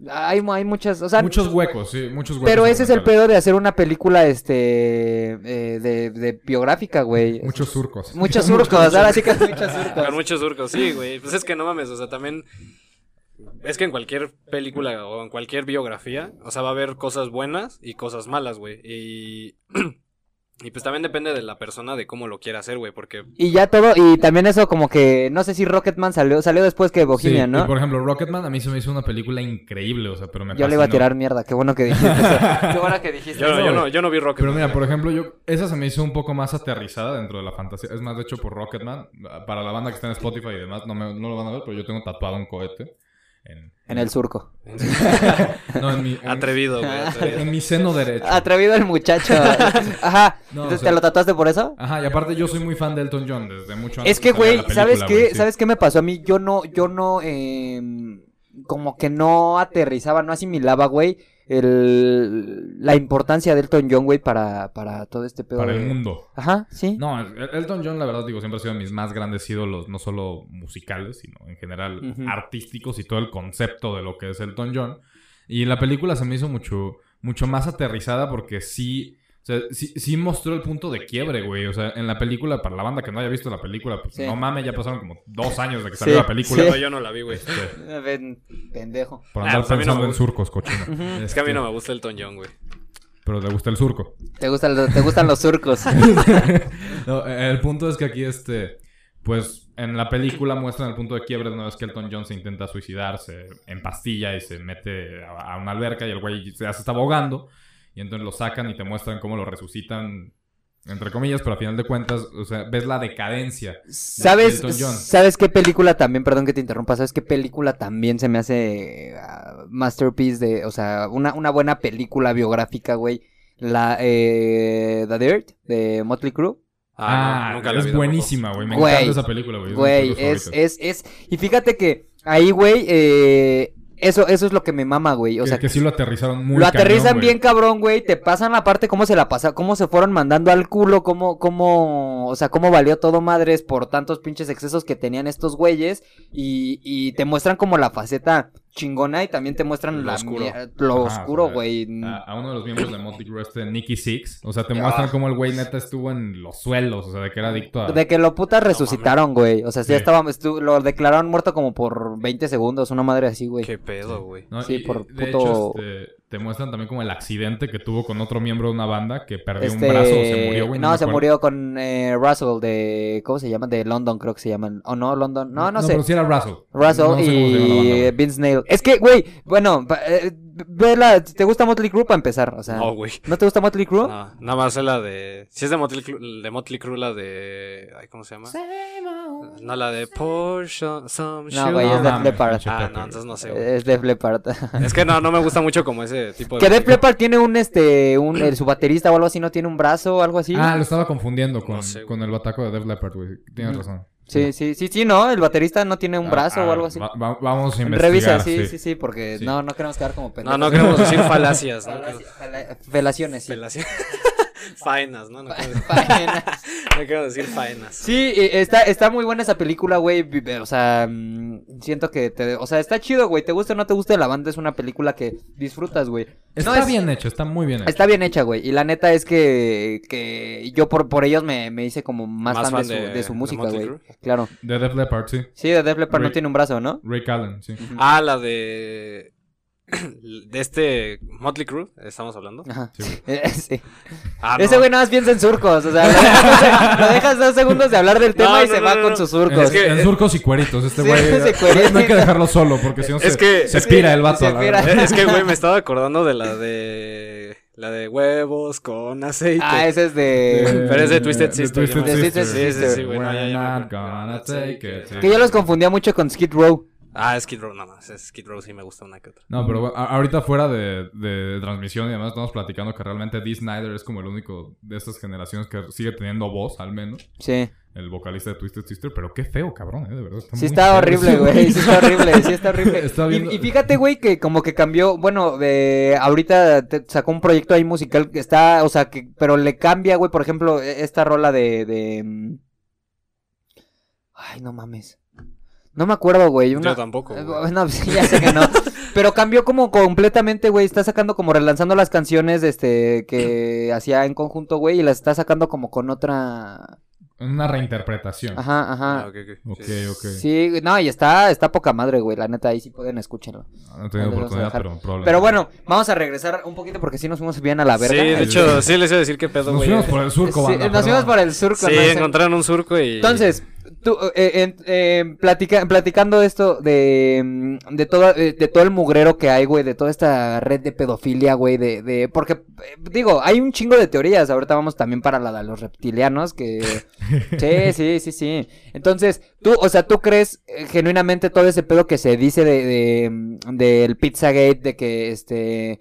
B: hay, hay muchas, o sea,
D: muchos huecos, sí, muchos huecos.
B: Pero ese es el
D: argumentales.
B: pedo de hacer una película, este, eh, de, de biográfica, güey.
D: Muchos surcos.
B: Muchos
D: <laughs>
B: surcos, ahora sí que muchos surcos.
C: Con muchos surcos, sí, güey. Pues es que no mames, o sea, también. Es que en cualquier película o en cualquier biografía, o sea, va a haber cosas buenas y <clears throat> cosas malas, güey. Y Y pues también depende de la persona de cómo lo quiera hacer, güey, porque
B: Y ya todo, y también eso como que, no sé si Rocketman salió, salió después que Bohemian,
D: Sí, y
B: ¿no?
D: por ejemplo, Rocketman a mí se me hizo una película increíble, o sea, pero me
B: Yo le iba a
D: fascinó.
B: tirar mierda, qué bueno que dijiste
D: <laughs>
B: eso. Qué bueno que dijiste
C: yo,
B: eso,
C: yo
B: güey.
C: no, yo no vi Rocket.
D: Pero mira, por ejemplo, yo esa se me hizo un poco más aterrizada dentro de la fantasía. Es más, de hecho, por Rocketman, para la banda que está en Spotify y demás, no, me- no lo van a ver, pero yo tengo tatuado un cohete. En, <laughs>
B: En el surco.
D: no, en mi, en-
C: Atrevido, güey.
D: Ah. <laughs>
C: atrevido.
D: en mi seno derecho.
B: Atrevido el
D: <laughs>
B: muchacho. Ajá.
D: No,
B: Entonces,
D: o sea-
B: ¿te lo tatuaste por eso?
D: Ajá, y aparte yo soy muy fan de Elton John desde mucho antes.
B: Es que,
D: de salir
B: güey,
D: la película,
B: ¿sabes qué?
D: güey, sí.
B: ¿Sabes qué me pasó a mí? Yo no, yo no, eh, como que no aterrizaba, no asimilaba, güey, el, la importancia de Elton John, güey, para, para todo este pedo.
D: Para
B: de-
D: el mundo.
B: Ajá, sí.
D: No, El- Elton John, la verdad, digo, siempre ha sido de mis más grandes ídolos, no solo musicales, sino en general
B: Ujú.
D: artísticos y todo el concepto de lo que es Elton John. Y la película se me hizo mucho, mucho más aterrizada porque sí, o sea, sí, sí mostró el punto de quiebre, güey. O sea, en la película, para la banda que no haya visto la película, pues
B: Sí.
D: no mames, ya pasaron como dos años de que
B: Sí,
D: salió la película.
B: sí.
C: No, yo no la vi, güey.
D: Este,
B: Ven, pendejo.
D: por
C: Ah,
D: andar
C: pues a mí no
D: pensando
C: me
D: en
C: gusta.
D: surcos, cochino. Este,
B: Ujú.
C: Es que a mí no me gusta el John, güey.
D: Pero le gusta el surco.
B: Te gustan, los- te gustan los
D: <laughs>
B: surcos.
D: No, eh, el punto es que aquí, este, pues en la película muestran el punto de quiebre de una vez que Elton John se intenta suicidar, se empastilla y se mete a, a una alberca y el güey se hace está ahogando. Y entonces lo sacan y te muestran cómo lo resucitan, entre comillas, pero al final de cuentas, o sea, ves la decadencia.
B: ¿Sabes,
D: Elton John.
B: ¿Sabes qué película también, perdón que te interrumpa, sabes qué película también se me hace ah, masterpiece de, o sea, una, una buena película biográfica, güey? La, eh, The Dirt, de Motley Crue.
D: Ah,
C: no, nunca la vi
D: es
C: tampoco.
D: buenísima, güey. Me
B: Güey,
D: encanta esa película, güey. es de mis
B: Güey,
D: películas
B: es, eh,
D: favoritas.
B: es, es. Y fíjate que ahí, güey, eh, eso, eso es lo que me mama, güey. O
D: que,
B: sea,
D: que sí lo aterrizaron muy
B: lo aterrizan
D: cañón, güey.
B: bien cabrón, güey. Te pasan la parte cómo se la pasa, cómo se fueron mandando al culo, cómo, cómo, o sea, cómo valió todo madres por tantos pinches excesos que tenían estos güeyes. Y, y te muestran como la faceta chingona y también te muestran
C: Lo
B: la
C: oscuro.
B: mier- lo
D: Ajá, Ah, o
B: oscuro,
D: sea,
B: güey.
D: a, a uno de los miembros de Motley Crue, este Nicky Six. O sea,
B: Ah.
D: te muestran cómo el güey neta estuvo en los suelos, o sea, de que era adicto a...
B: De que lo putas resucitaron, güey. O sea, sí,
D: ah, Sí.
B: estaba, estu- lo declararon muerto como por 20 segundos, una madre así, güey.
C: Qué pedo, güey.
D: ¿no?
B: Sí,
D: Y,
B: por
D: de
B: puto-
D: hecho, este, te muestran también como el accidente que tuvo con otro miembro de una banda que perdió
B: Este,
D: un brazo o se murió, güey.
B: No,
D: me
B: se
D: acuerdo.
B: murió con eh, Russell de. ¿Cómo se llama? De London, creo que se llaman. O no, London. No, no, sé.
D: Pero sí era Russell.
B: Russell
D: No sé cómo se llama la banda,
B: y
D: güey.
B: Vince Neil. Es que, güey, bueno, pa- eh, vela, ¿te gusta Motley Crue para empezar? O sea,
C: No,
B: no.
C: güey.
B: te gusta Motley Crue?
C: No, nada más es la de. Si es de Motley, Crue- de Motley Crue, la de. Ay, ¿Cómo se llama? No, la de Porsche. Some
B: No, güey,
D: No
B: es de Eh.
D: mames,
B: Leppard.
D: pinche
C: Ah,
D: Pepper.
C: no, entonces no sé, güey.
B: Es Def Leppard.
C: Es que no, no me gusta mucho como ese tipo
B: <laughs>
C: de.
B: que Def
C: música.
B: Leppard tiene un, este, un, el, su baterista o algo así, ¿no tiene un brazo o algo así?
D: Ah, lo estaba confundiendo
C: No
D: con,
C: sé, güey.
D: con el bataco de Def Leppard, güey. Tienes
B: Ujú.
D: razón.
B: Mm. Sí, sí, sí, sí, no, el baterista no tiene un
D: Ah,
B: brazo
D: a
B: o
D: ver,
B: algo así.
D: va- va- vamos a investigar.
B: Revisa, sí, sí, sí,
D: sí.
B: porque
D: Sí.
B: no, no queremos quedar como
C: No,
B: pendejos.
C: no queremos decir
B: <laughs>
C: falacias, ¿no?
B: Falacia- fala- Felaciones, sí.
C: Falacias. <laughs> Faenas, ¿no? No quiero,
B: <laughs> Faena.
C: no quiero decir faenas.
B: Sí, eh, está, está muy buena esa película, güey. vi- ve- O sea, mm, siento que te. O sea, está chido, güey. Te gusta o no te gusta la banda, es una película que disfrutas, güey.
C: Eh.
D: Está
B: no es-
D: bien hecho, está muy bien hecho.
B: Está bien hecha, güey. Y la neta es que, que yo por, por ellos me, me hice como más, fan, de, su, de su música,
C: Motley
B: güey.
C: Crue.
B: Claro.
D: De Def Leppard, sí.
B: Sí, de Def Leppard no
D: Güey.
B: tiene un brazo, ¿no?
D: Rick Allen, sí.
C: Ah, la de. <clears throat> De este. Motley Crue, estamos hablando.
B: Ajá.
D: Sí, güey.
B: <laughs> Eh, sí.
C: Ah, no.
B: Ese güey nada más piensa en surcos. O sea, lo dejas, lo dejas dos segundos de hablar del
C: No,
B: tema y
C: no,
B: se
C: no,
B: va
C: no,
B: con
C: no.
B: sus
D: En,
B: surcos.
C: que-
D: en surcos y cueritos, este
B: Sí,
D: güey.
B: se
D: no hay que
B: cuerita.
D: dejarlo solo porque si no
C: Es
D: se,
C: que-
D: se
C: es
D: pira el vato.
B: se
D: la
B: pira.
D: verdad.
C: <laughs> Es que, güey, me estaba acordando de la de. La de huevos con aceite.
B: Ah, ese es de.
C: Pero es de Twisted Sister,
D: Twisted
B: ¿no? De Twisted
D: Sister.
B: Sister. Sí, sí, sí,
C: güey, no, ya,
D: We're
C: ya me
D: not
C: acuerdo.
D: gonna take it.
B: Que yo los confundía mucho con Skid Row.
C: Ah, Skid Row, no más. Skid Row sí me gusta una que otra.
D: No, pero bueno, a- ahorita fuera de, de transmisión y demás estamos platicando que realmente Dee Snyder es como el único de estas generaciones que sigue teniendo voz, al menos.
B: Sí.
D: El vocalista de Twisted Sister, pero qué feo, cabrón, eh, de verdad.
B: Sí
D: muy
B: está
D: feo
B: horrible,
D: ese
B: güey. Sí está horrible, sí está horrible.
D: <laughs> Está
B: Y-
D: bien-
B: y, fíjate, güey, que como que cambió, bueno, eh, ahorita te- sacó un proyecto ahí musical que está, o sea, que, pero le cambia, güey, por ejemplo, e- esta rola de, de... mm, Ay, no mames. No me acuerdo, güey. Una...
C: Yo tampoco.
B: Eh, <laughs>
C: güey.
B: No, sí, ya sé que no. Pero cambió como completamente, güey. Está sacando como relanzando las canciones este que hacía en conjunto, güey. Y las está sacando como con otra.
D: Una reinterpretación.
B: Ajá, ajá.
C: Ah, ok, ok.
D: Ok,
C: Sí.
D: ok.
B: Sí, güey, no, y está, está poca madre, güey. La neta, ahí sí pueden escúchenlo.
D: No he
B: Ahí
D: tenido
B: lo vamos a
D: oportunidad,
B: dejar.
D: pero probablemente.
B: Pero bueno, vamos a regresar un poquito porque sí nos fuimos bien a la verga.
C: Sí, de
B: Este,
D: <laughs>
C: hecho, sí les iba a decir qué pedo,
D: Nos
C: güey.
D: fuimos por el surco,
B: sí,
D: banda,
B: nos
D: perdón.
B: fuimos por el surco.
C: Sí,
B: ¿no? Ese-
C: encontraron un surco y...
B: Entonces, tú, eh, en- eh, platica- platicando esto de, mm, de, todo, eh, de todo el mugrero que hay, güey, de toda esta red de pedofilia, güey, de, de- porque, eh, digo, hay un chingo de teorías, ahorita vamos también para la de los reptilianos, que... Sí, sí, sí, sí. Entonces, tú, o sea, tú crees eh, genuinamente todo ese pedo que se dice de, de, mm, del Pizzagate, de que, este...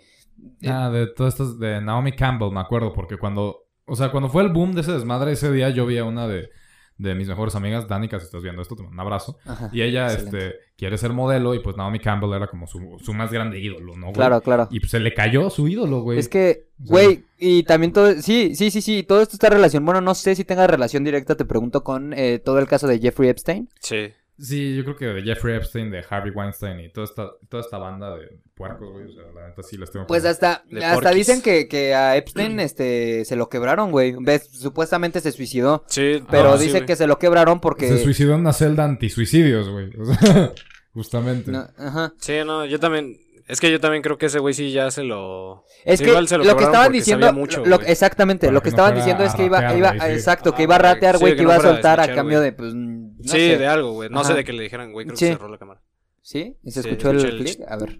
D: Ah, de todas estas de Naomi Campbell, me acuerdo, porque cuando, o sea, cuando fue el boom de ese desmadre, ese día yo vi a una de, de mis mejores amigas, Danica, si estás viendo esto, te mando un abrazo.
B: ajá,
D: Y ella,
B: excelente.
D: este, quiere ser modelo y pues Naomi Campbell era como su, su más grande ídolo, ¿no? güey?
B: Claro, claro.
D: Y pues se le cayó su ídolo, güey.
B: Es que,
D: O sea-
B: güey, y también todo, sí, sí, sí, sí, todo esto está relación, bueno, no sé si tenga relación directa, te pregunto, con eh, todo el caso de Jeffrey Epstein.
C: Sí.
D: Sí, yo creo que de Jeffrey Epstein, de Harvey Weinstein y toda esta, toda esta banda de puercos, güey. O sea, la neta sí les tengo
B: Pues
D: como-
B: hasta,
C: De
B: hasta
C: porquis.
B: dicen que, que a
C: <clears throat>
B: Epstein, este, se lo quebraron, güey, Ves, supuestamente se suicidó,
C: Sí.
B: pero
C: no, Ah, sí,
B: dice
C: güey.
B: que se lo quebraron porque...
D: Se suicidó en una celda antisuicidios, güey. O sea, <laughs> justamente.
B: no, ajá.
C: Sí, no, yo también... Es que yo también creo que ese güey sí ya se lo...
B: Es
C: Sí,
B: que
C: igual se
B: lo,
C: lo
B: que
C: cobraron
B: estaban
C: porque
B: diciendo,
C: sabía mucho,
B: lo-
C: güey.
B: exactamente,
D: Para
B: lo
D: que
B: que,
D: no
B: estaban
D: fuera
B: diciendo es
D: a
B: que iba,
D: ratear,
B: iba
D: güey, sí.
B: exacto, que
C: Ah,
B: iba a
C: güey,
B: ratear,
C: sí,
B: güey,
C: que
B: que
C: no
B: iba a
C: fuera a
B: soltar a
C: escuchar,
B: cambio
C: güey.
B: de, pues, mm, no
C: sí,
B: sé.
C: de ah, algo, güey. No
B: Ajá.
C: sé de qué le dijeran, güey, creo
B: Sí.
C: que cerró la cámara.
B: ¿Sí? ¿Se
C: Sí,
B: escuchó el,
C: escuché el
B: clic?
C: ch-
B: A ver.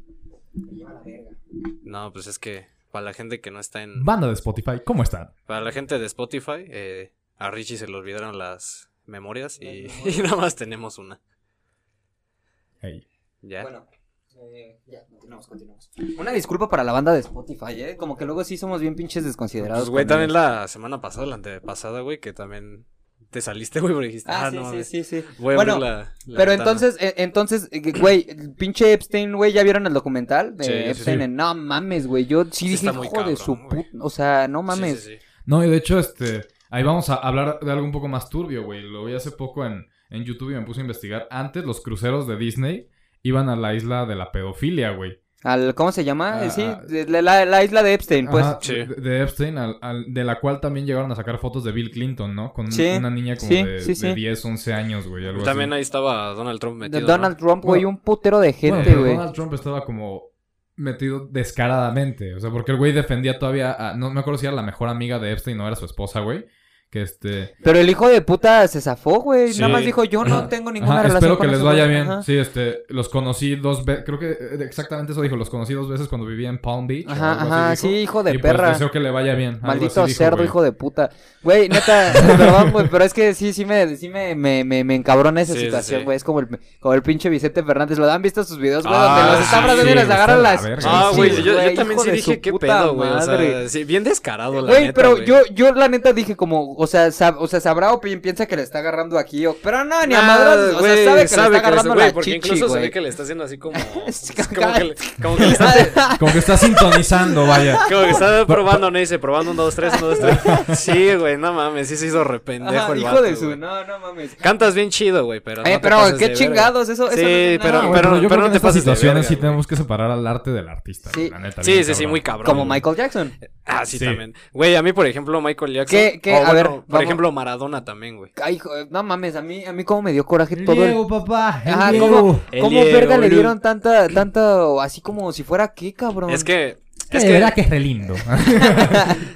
C: No, pues es que para la gente que no está en...
D: Banda de Spotify, ¿cómo están?
C: Para la gente de Spotify, eh, a Richie se le olvidaron las memorias <laughs> y, y nada más tenemos una.
D: Hey.
C: ¿Ya?
B: Bueno, eh, ya, continuamos, continuamos. Una disculpa para la banda de Spotify, ¿eh? Como que luego sí somos bien pinches desconsiderados.
C: Pues, güey,
B: con
C: también
B: ellos.
C: la semana pasada, la antepasada, güey, que también te saliste, güey, porque dijiste, ah,
B: Ah,
C: no,
B: sí,
C: mames,
B: sí, sí, sí.
C: voy a
B: Bueno,
C: abrir la, la
B: Pero
C: ventana".
B: entonces, eh, entonces, eh, güey, el pinche Epstein, güey, ¿ya vieron el documental de
C: Sí, sí,
B: Epstein?
D: sí.
B: No mames, güey, yo sí,
C: Sí
B: dije,
C: está muy
B: hijo de
C: cabrón,
B: su
C: güey".
B: puta, o sea, no
C: Sí, sí,
B: mames.
C: sí.
D: No, y de hecho, este, ahí vamos a hablar de algo un poco más turbio, güey. Lo vi hace poco en, en YouTube y me puse a investigar. Antes los cruceros de Disney iban a la isla de la pedofilia, güey.
B: Al, ¿Cómo se llama?
D: Ah,
B: sí,
D: ah.
B: de- de la, la isla de Epstein, pues.
D: Ajá,
C: sí.
D: de, de Epstein, al- al- de la cual también llegaron a sacar fotos de Bill Clinton, ¿no? Con
B: Sí,
D: una niña como
B: sí,
D: de,
B: sí, sí.
D: de 10, 11 años, güey. Algo
C: También
D: así.
C: ahí estaba Donald Trump
B: De
C: metido.
B: Donald
C: ¿no?
B: Trump, güey,
D: Bueno,
B: un putero de
D: Bueno,
B: gente,
D: pero
B: güey.
D: Donald Trump estaba como metido descaradamente. O sea, porque el güey defendía todavía. a- no me acuerdo si era la mejor amiga de Epstein, no era su esposa, güey. Que este.
B: Pero el hijo de puta se zafó, güey.
C: Sí.
B: Nada más dijo, yo no tengo ninguna
D: Ajá,
B: relación
D: espero
B: con
D: que les
B: esos
D: vaya
B: güeyes".
D: bien.
B: Ajá.
D: Sí, este, los conocí dos veces, creo que eh, exactamente eso dijo, los conocí dos veces cuando vivía en Palm Beach. o
B: Ajá,
D: algo así
B: ajá,
D: dijo.
B: sí, hijo de
D: y
B: perra.
D: Pues, deseo que le vaya bien. algo
B: Maldito
D: así dijo,
B: cerdo,
D: güey.
B: hijo de puta. Güey, neta, perdón, güey, pero es que sí, sí me, sí me, me, me, me encabrona esa
C: Sí, sí,
B: situación,
C: sí.
B: güey. Es como el, como el pinche Vicente Fernández. ¿Lo han visto sus videos, güey?
C: Ah,
B: donde los está
C: sí,
B: abrazando y
D: sí,
B: les
D: está
B: agarran
D: de la
B: las.
D: verga.
C: Ah,
D: Sí,
C: güey,
D: güey,
C: yo, yo también
B: hijo
C: sí
B: de
C: dije
B: su
C: qué
B: puta
C: pedo, güey. O
B: madre.
C: sea, sí, bien descarado, la
B: Güey,
C: neta,
B: pero
C: güey.
B: yo, yo la neta dije como, o sea, sab- o sea, sabrá o pi- piensa que le está agarrando aquí, o- pero no, ni a
C: Nah,
B: madre, o sea,
C: güey,
B: sabe que le está
C: le
B: agarrando
C: güey,
B: la
C: porque
B: chichi,
C: incluso se
B: güey.
C: ve que le está haciendo así como...
B: <laughs> Es
C: como, que le, como que
B: <laughs>
C: le está...
B: Ah,
D: <laughs> Como que está
B: <laughs>
D: sintonizando, vaya.
C: Como que está probando, no dice, probando un, dos, tres, un, dos, tres. Sí, güey, no mames, sí se hizo rependejo
B: ajá,
C: el
B: Hijo
C: vato,
B: de su,
C: güey.
B: no, no mames.
C: Cantas bien chido, güey, pero. no
B: Eh,
C: te
B: pero
C: pases
B: qué
C: de
B: chingados, eso,
C: verga.
B: eso no es
C: Sí,
B: nada,
C: pero,
B: güey.
C: pero,
D: yo
C: pero
D: creo que
C: no
D: en
C: te
D: estas
C: pases de
D: situaciones
C: verga,
D: sí
C: güey.
D: tenemos que separar al arte del artista.
B: Sí.
D: la neta,
C: Sí,
D: bien
C: sí, sí,
D: cabrón.
C: muy cabrón.
B: Como
C: güey.
B: Michael Jackson.
C: Ah, sí,
D: Sí.
C: también. Güey, a mí, por ejemplo, Michael Jackson.
B: ¿Qué- qué?
C: o
B: A ver,
C: Por
B: vamos.
C: ejemplo, Maradona también, güey.
B: Ay, hijo, no mames, a mí, a mí como me dio coraje todo el...
D: Diego, papá. el
B: Ajá,
D: Diego.
B: ¿cómo,
C: El
B: cómo
C: Diego,
B: verga le
C: boludo.
B: dieron tanta, tanta, o así como si fuera qué, cabrón?
C: Es que.
D: Es
C: Es
D: que de
C: que,
D: Eh, verdad que es re lindo. <laughs>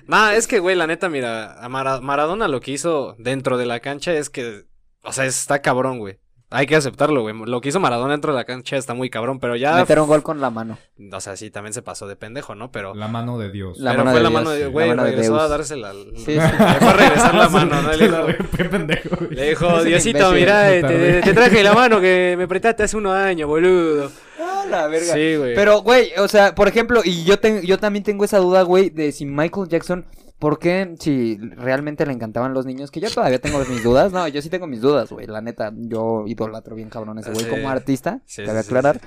C: nah, es que, güey, la neta, mira, a Mara- Maradona lo que hizo dentro de la cancha es que, o sea, está cabrón, güey. Hay que aceptarlo, güey. Lo que hizo Maradona dentro de la cancha está muy cabrón, pero
D: Ah,
C: ya,
B: Meter un gol con la mano.
C: o sea, sí, también se pasó de pendejo, ¿no? Pero,
D: La mano de Dios.
B: La-
C: pero
B: mano
C: fue
B: de
C: la
B: Dios,
C: mano
B: sí,
C: de,
B: la
C: güey,
B: mano de
C: regresó a
B: Deus.
C: dársela. al- <laughs>
B: Sí, sí.
C: Le fue a regresar la
D: <laughs>
C: mano, ¿no? Le
D: Se la
C: dijo,
D: re- qué pendejo, güey.
C: Le
B: <laughs>
C: dijo,
D: Eres un
C: Diosito,
D: imbécil".
C: mira, eh, te,
D: Tarde.
C: te traje la mano que me prestaste hace unos años, boludo.
B: Ah, la verga.
C: Sí, güey.
B: Pero, güey, o sea, por ejemplo, y yo, ten- yo también tengo esa duda, güey, de si Michael Jackson, ¿por qué si realmente le encantaban los niños? Que yo todavía tengo mis dudas, no, yo sí tengo mis dudas, güey, la neta, yo idolatro bien cabrón a ese güey
C: Sí.
B: como artista,
C: Sí,
B: cabe
C: sí, sí,
B: aclarar.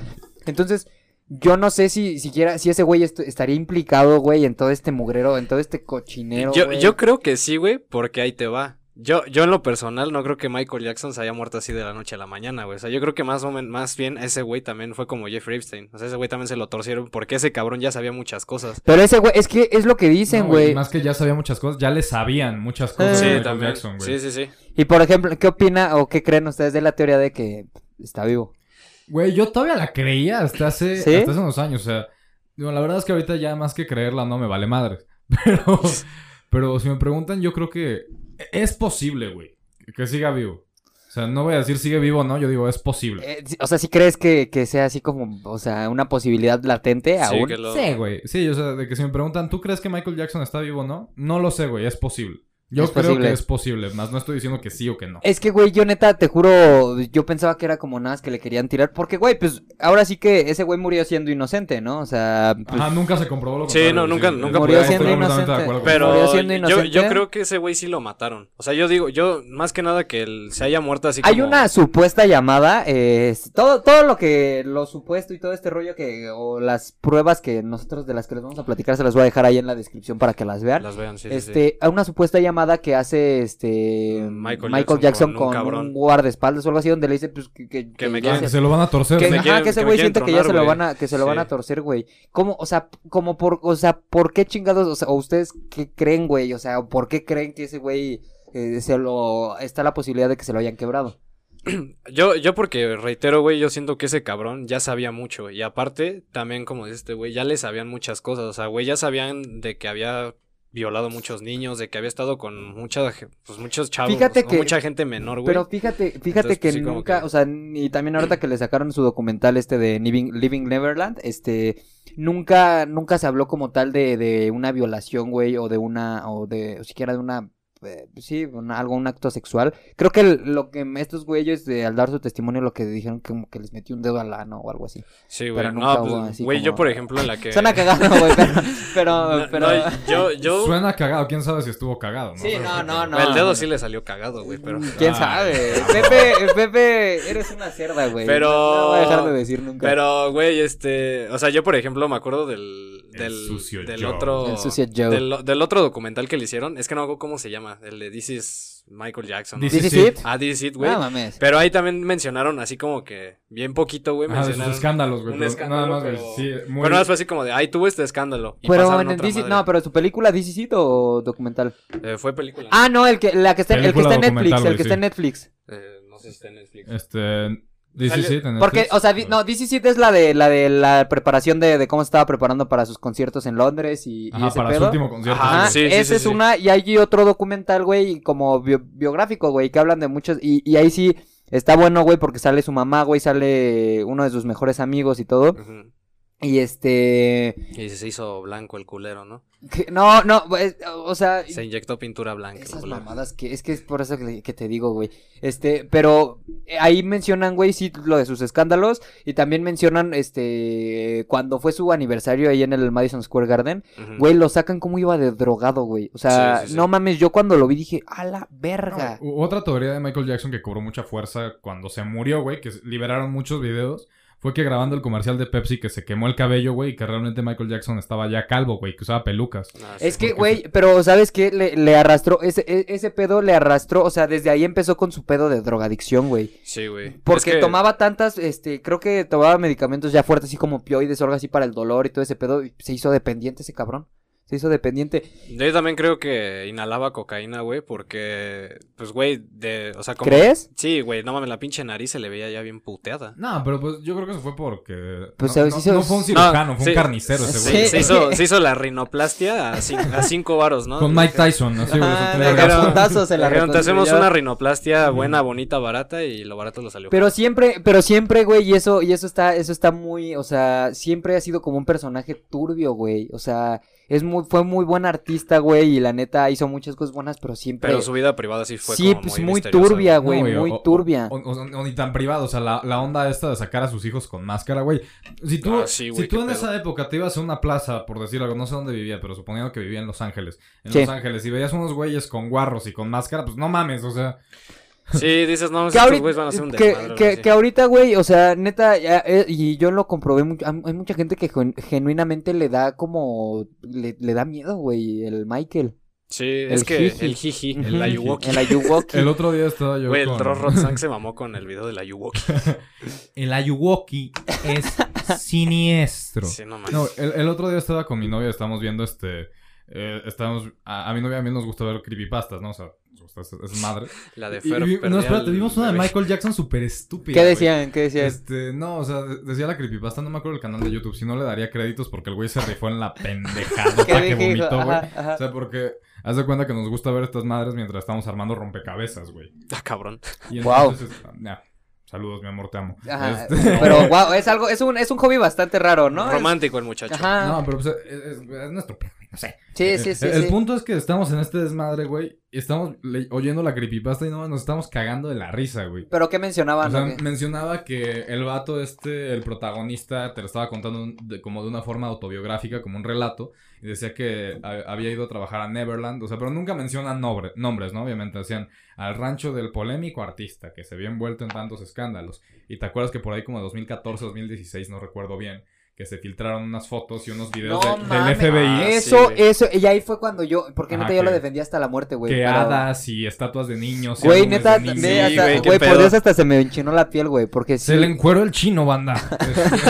B: Entonces, yo no sé si siquiera, si ese güey est- estaría implicado, güey, en todo este mugrero, en todo este cochinero,
C: yo,
B: güey.
C: yo creo que sí, güey, porque ahí te va. Yo, yo en lo personal no creo que Michael Jackson se haya muerto así de la noche a la mañana, güey. O sea, yo creo que más o men- más bien ese güey también fue como Jeffrey Epstein. O sea, ese güey también se lo torcieron porque ese cabrón ya sabía muchas cosas.
B: Pero ese güey, es que es lo que dicen,
D: No, güey,
B: güey.
D: Más que ya sabía muchas cosas, ya le sabían muchas cosas.
B: Sí,
D: de Michael
C: también.
D: Jackson, güey.
C: sí, sí, sí.
B: Y por ejemplo, ¿qué opina o qué creen ustedes de la teoría de que está vivo?
D: Güey, yo todavía la creía hasta hace,
B: ¿Sí?
D: hasta hace unos años. O sea, digo, la verdad es que ahorita ya más que creerla no me vale madre. <laughs> Pero, pero si me preguntan, yo creo que es posible, güey, que siga vivo. O sea, no voy a decir sigue vivo o no, yo digo es posible.
B: Eh, si- o sea, si crees que, que sea así como, o sea, una posibilidad latente
C: Sí,
B: aún.
C: que lo-
D: Sí, güey. Sí, o sea, de que si me preguntan, ¿tú crees que Michael Jackson está vivo o no? No lo sé, güey, es posible. Yo
B: Es
D: creo
B: posible. Eh,
D: que es posible, más no estoy diciendo que sí o que no.
B: Es que, güey, yo neta, te juro, yo pensaba que era como nada más que le querían tirar. Porque, güey, pues ahora sí que ese güey murió siendo inocente, ¿no? O sea, pues,
D: Ajá, nunca se comprobó lo
C: Sí,
D: contrario,
C: no,
D: güey,
C: nunca- nunca
D: Estoy
B: Murió
D: completamente
B: siendo
D: de
B: inocente.
D: acuerdo,
B: Murió
D: güey.
C: Pero
B: siendo
C: yo,
B: inocente.
C: yo creo que ese güey sí lo mataron. O sea, yo digo, yo más que nada que él se haya muerto así
B: Hay
C: como...
B: una supuesta llamada, eh, es- todo, todo lo que, lo supuesto y todo este rollo que, o las pruebas que nosotros de las que les vamos a platicar se las voy a dejar ahí en la descripción para que las vean.
C: Las vean, sí, sí, sí.
B: este, a una supuesta llamada que hace este
C: Michael
B: Michael,
C: Jackson
B: Jackson,
C: con
B: con,
C: un cabrón.
B: un guardaespaldas o algo así donde le dice pues que, que,
C: Que me
B: ya
C: quieren-
D: Que
B: se-
D: se lo van a torcer.
B: que,
D: güey.
C: me
B: ajá,
C: quieren-
B: que ese
C: que me
B: güey
C: quieren
B: siente que ya
C: tronar,
B: se lo
C: güey.
B: van a, que se lo van
C: Sí.
B: a torcer, güey. ¿Cómo, o sea, como por, o sea, por qué chingados, o sea, ustedes qué creen, güey? O sea, ¿por qué creen que ese güey eh, se lo, está la posibilidad de que se lo hayan quebrado?
C: Yo, yo porque reitero, güey, yo siento que ese cabrón ya sabía mucho. Y aparte, también como dice este güey, ya le sabían muchas cosas. O sea, güey, ya sabían de que había violado muchos niños, de que había estado con mucha, ge- pues, muchos chavos,
B: Fíjate
C: o
B: que-
C: mucha gente menor, güey.
B: Pero fíjate, fíjate
C: Entonces, pues,
B: que
C: sí, como
B: nunca,
C: que-
B: o sea, y también
C: <clears throat>
B: ahorita que le sacaron su documental este de Living, Living Neverland, este, nunca, nunca se habló como tal de, de una violación, güey, o de una, o de, o siquiera de una, eh, sí, una- algo, un acto sexual. Creo que el- lo que estos güeyes, de, al dar su testimonio, lo que dijeron que como que les metió un dedo al ano o algo así.
C: Sí, güey.
B: pero
C: No,
B: nunca
C: pues,
B: hubo así
C: güey, yo
B: como-
C: por ejemplo en la que...
B: Suena cagado, güey, pero, pero,
C: <laughs> No,
B: pero-
C: no,
B: <laughs>
C: yo, yo...
D: Suena cagado, quién sabe si estuvo cagado, ¿no?
B: Sí,
D: Pero-
B: no, no, no.
C: Güey, el dedo sí le salió cagado, güey, pero... Ah.
B: ¿Quién
D: Ay,
B: sabe? Pepe, Pepe, eres una cerda, güey.
C: Pero-
B: No, no voy a dejar de decir nunca.
C: Pero, güey, este... O sea, yo por ejemplo me acuerdo del...
D: El
C: Del,
D: sucio
C: del
D: Joe.
C: otro...
B: El sucio Joe.
C: Del, del otro documental que le hicieron. Es que no me acuerdo cómo se llama. El de This is Michael Jackson. ¿no?
D: This is
B: This is
D: it.
B: it.
C: Ah, This Is It, güey.
B: No mames.
C: Pero ahí también mencionaron así como que bien poquito, güey,
D: Ajá, de sus
C: mencionaron.
D: Ah, escándalos, güey.
C: un
D: pero
C: escándalo,
D: nada más, güey.
C: pero-
D: Sí, muy...
C: Pero nada más fue así como de, ay, tuve este escándalo. Y
B: Pero
C: pasaron
B: en el
C: otra
B: DC
C: madre.
B: no, pero su película DC Seed o documental.
C: Eh, fue película.
B: Ah, no, el que la que está, el que está
D: Película
B: en Netflix,
D: documental,
B: el que
D: güey,
B: está en Netflix.
C: Eh, no sé si está en Netflix.
D: Este... This
C: Salió-
D: is it en
B: Porque
D: Netflix.
B: o sea, di- no, DC Seed es la de la de la preparación de, de cómo se estaba preparando para sus conciertos en Londres y, y
D: Ajá,
B: ese
D: para su
B: pedo.
D: último Ah, concierto.
C: Ajá,
B: Ajá,
D: güey.
C: sí, sí,
B: ese
C: sí,
B: es
C: sí.
B: una y hay otro documental, güey, como bio- biográfico, güey, que hablan de muchos y, y ahí sí está bueno, güey, porque sale su mamá, güey, sale uno de sus mejores amigos y todo.
C: Ujú.
B: Y este
C: Y se hizo blanco el culero, ¿no?
B: que- no, no, pues, o sea,
C: Se inyectó pintura blanca. el
B: Esas
C: culero.
B: mamadas que es que es por eso que, le- que te digo, güey. Este, pero eh, ahí mencionan, güey, sí, lo de sus escándalos. Y también mencionan, este, cuando fue su aniversario ahí en el Madison Square Garden,
C: Ujú.
B: güey, lo sacan como iba de drogado, güey. O sea,
C: Mm. Sí, sí, sí.
B: no mames, yo cuando lo vi dije, a la verga.
D: No, u- Otra teoría de Michael Jackson que cobró mucha fuerza cuando se murió, güey, que s- liberaron muchos videos, fue que grabando el comercial de Pepsi que se quemó el cabello, güey, y que realmente Michael Jackson estaba ya calvo, güey, que usaba pelucas.
C: Ah, sí.
B: Es que,
D: porque
B: güey, pero ¿sabes qué? Le, le arrastró, ese, e- ese pedo le arrastró, o sea, desde ahí empezó con su pedo de drogadicción, güey.
C: Sí, güey.
B: Porque
C: Es que-
B: tomaba tantas, este, creo que tomaba medicamentos ya fuertes, así como pioides o algo así para el dolor y todo ese pedo. y se hizo dependiente ese cabrón. Se hizo dependiente.
C: Yo también creo que inhalaba cocaína, güey, porque, pues, güey, de, o sea, como...
B: ¿Crees?
C: Sí, güey, no mames, la pinche nariz se le veía ya bien puteada.
D: No, pero pues yo creo que eso fue porque...
B: Pues,
D: no,
B: ¿sabes?
D: no-
B: Hizo-
D: no fue un cirujano,
C: No,
D: fue
C: sí.
D: un carnicero ese
C: Sí,
D: güey.
B: Sí.
C: se, hizo, se hizo la rinoplastia a, cin- a cinco varos, ¿no?
D: Con Mike Tyson, así, güey.
B: Ajá,
D: son
B: le
C: Pero- <laughs>
D: tres-
B: agarró un tazo, se la
C: Dijeron, te hacemos
B: reconstruyó.
C: una rinoplastia buena, bonita, barata y lo barato lo salió.
B: Pero siempre, pero siempre, güey, y eso, y eso está, eso está muy, o sea, siempre ha sido como un personaje turbio, güey. O sea, es muy, fue muy buen artista, güey, y la neta hizo muchas cosas buenas, pero siempre.
C: Pero su vida privada sí fue
B: eh, sí,
C: como
B: pues
C: muy,
B: muy
C: misteriosa,
B: turbia, güey,
D: No,
B: muy
D: o- o-
B: turbia.
D: O, o- o ni tan privado, o sea, la, la onda esta de sacar a sus hijos con máscara, güey. Si tú,
C: Ah, sí, güey,
D: si tú
C: qué
D: en
C: pedo.
D: esa época te ibas a una plaza, por decir algo, no sé dónde vivía, pero suponiendo que vivía en Los Ángeles. En
B: Sí.
D: Los Ángeles, y veías unos güeyes con guarros y con máscara, pues no mames, o sea. <laughs>
C: Sí, dices, no,
B: que
C: estos
B: ahorita,
C: güeyes van a hacer un
B: que-
C: desmadre.
B: que-
C: algo
B: que ahorita, güey, o sea, neta, ya, eh, y yo lo comprobé, mu- am- hay mucha gente que gen- genuinamente le da como, le, le da miedo, güey, el Michael.
C: Sí, es que
A: jiji.
C: el jiji,
B: Ujú.
C: el
D: <laughs>
C: ayuwoki.
B: El Ayuwoki.
D: El otro día estaba yo
C: Güey, el
D: con-
C: Troll Rod
D: <laughs>
C: Sank se mamó con el video del ayuwoki.
D: El Ayuwoki es
B: <laughs>
D: siniestro.
C: Sí, no mames.
D: No, el, el otro día estaba con mi novia, estábamos viendo este. eh, estábamos, a, a mi novia a mí nos gusta ver creepypastas, ¿no? O sea, nos gusta esa- esa madre.
C: La de
D: Y- y
C: Fer.
D: vi- no,
C: perdí
D: espérate,
C: al
D: vimos una de
C: bebé.
D: Michael Jackson súper estúpida.
B: ¿Qué
D: güey.
B: decían? ¿Qué decían?
D: Este, no, o sea, de- decía la creepypasta, no me acuerdo el canal de YouTube, si no le daría créditos porque el güey se rifó
B: <laughs>
D: en la pendejada
B: ¿Qué
D: que
B: dijo?
D: vomitó, güey.
B: Ajá, ajá.
D: O sea, porque haz de cuenta que nos gusta ver estas madres mientras estamos armando rompecabezas, güey.
C: <laughs> Ah, cabrón.
D: Y
B: Guau.
D: entonces, nah, saludos, mi amor, te amo.
B: Ajá,
D: Este-
B: <laughs> Pero wow, es algo, es un, es un hobby bastante raro, ¿no? Es-
C: Romántico el muchacho.
B: Ajá.
D: No, pero pues, es, es- es nuestro plan, güey, no sé.
B: sí, sí, sí.
D: El, el
B: sí.
D: punto es que estamos en este desmadre, güey, y estamos le- oyendo la creepypasta y no, nos estamos cagando de la risa, güey.
B: Pero ¿qué mencionaban?
D: O sea,
B: ¿O qué?
D: mencionaba que el vato este, el protagonista, te lo estaba contando un- de- como de una forma autobiográfica, como un relato, y decía que ha- había ido a trabajar a Neverland, o sea, pero nunca mencionan nobre- nombres, ¿no? Obviamente, decían al rancho del polémico artista que se había envuelto en tantos escándalos. Y te acuerdas que por ahí como 2014, 2016, no recuerdo bien, que se filtraron unas fotos y unos videos
B: No
D: de- del
B: mames.
D: FBI.
C: Ah, sí,
B: Eso,
C: güey.
B: eso, y ahí fue cuando yo, porque
D: Ajá,
B: neta yo lo
D: que-
B: defendí hasta la muerte, güey.
D: que
B: pero-
D: hadas y estatuas de niños. y
B: Güey,
D: álbumes
B: neta,
D: de niños.
B: ve
C: Sí,
B: hasta-
C: güey, qué
B: güey, por
C: pedo.
B: Dios hasta se me enchinó la piel, güey, porque sí.
D: Se le encueró el chino, banda.
C: <laughs>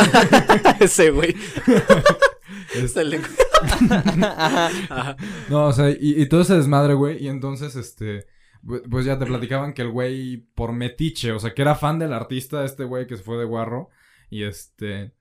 C: Ese güey.
D: <laughs>
B: <laughs>
D: Este,
C: Se le-
B: Ajá.
C: Ajá.
D: No, o sea, y, y todo ese desmadre, güey. Y entonces, este. pu- Pues ya te platicaban que el güey, por metiche, o sea, que era fan del artista, este güey que se fue de guarro. Y este.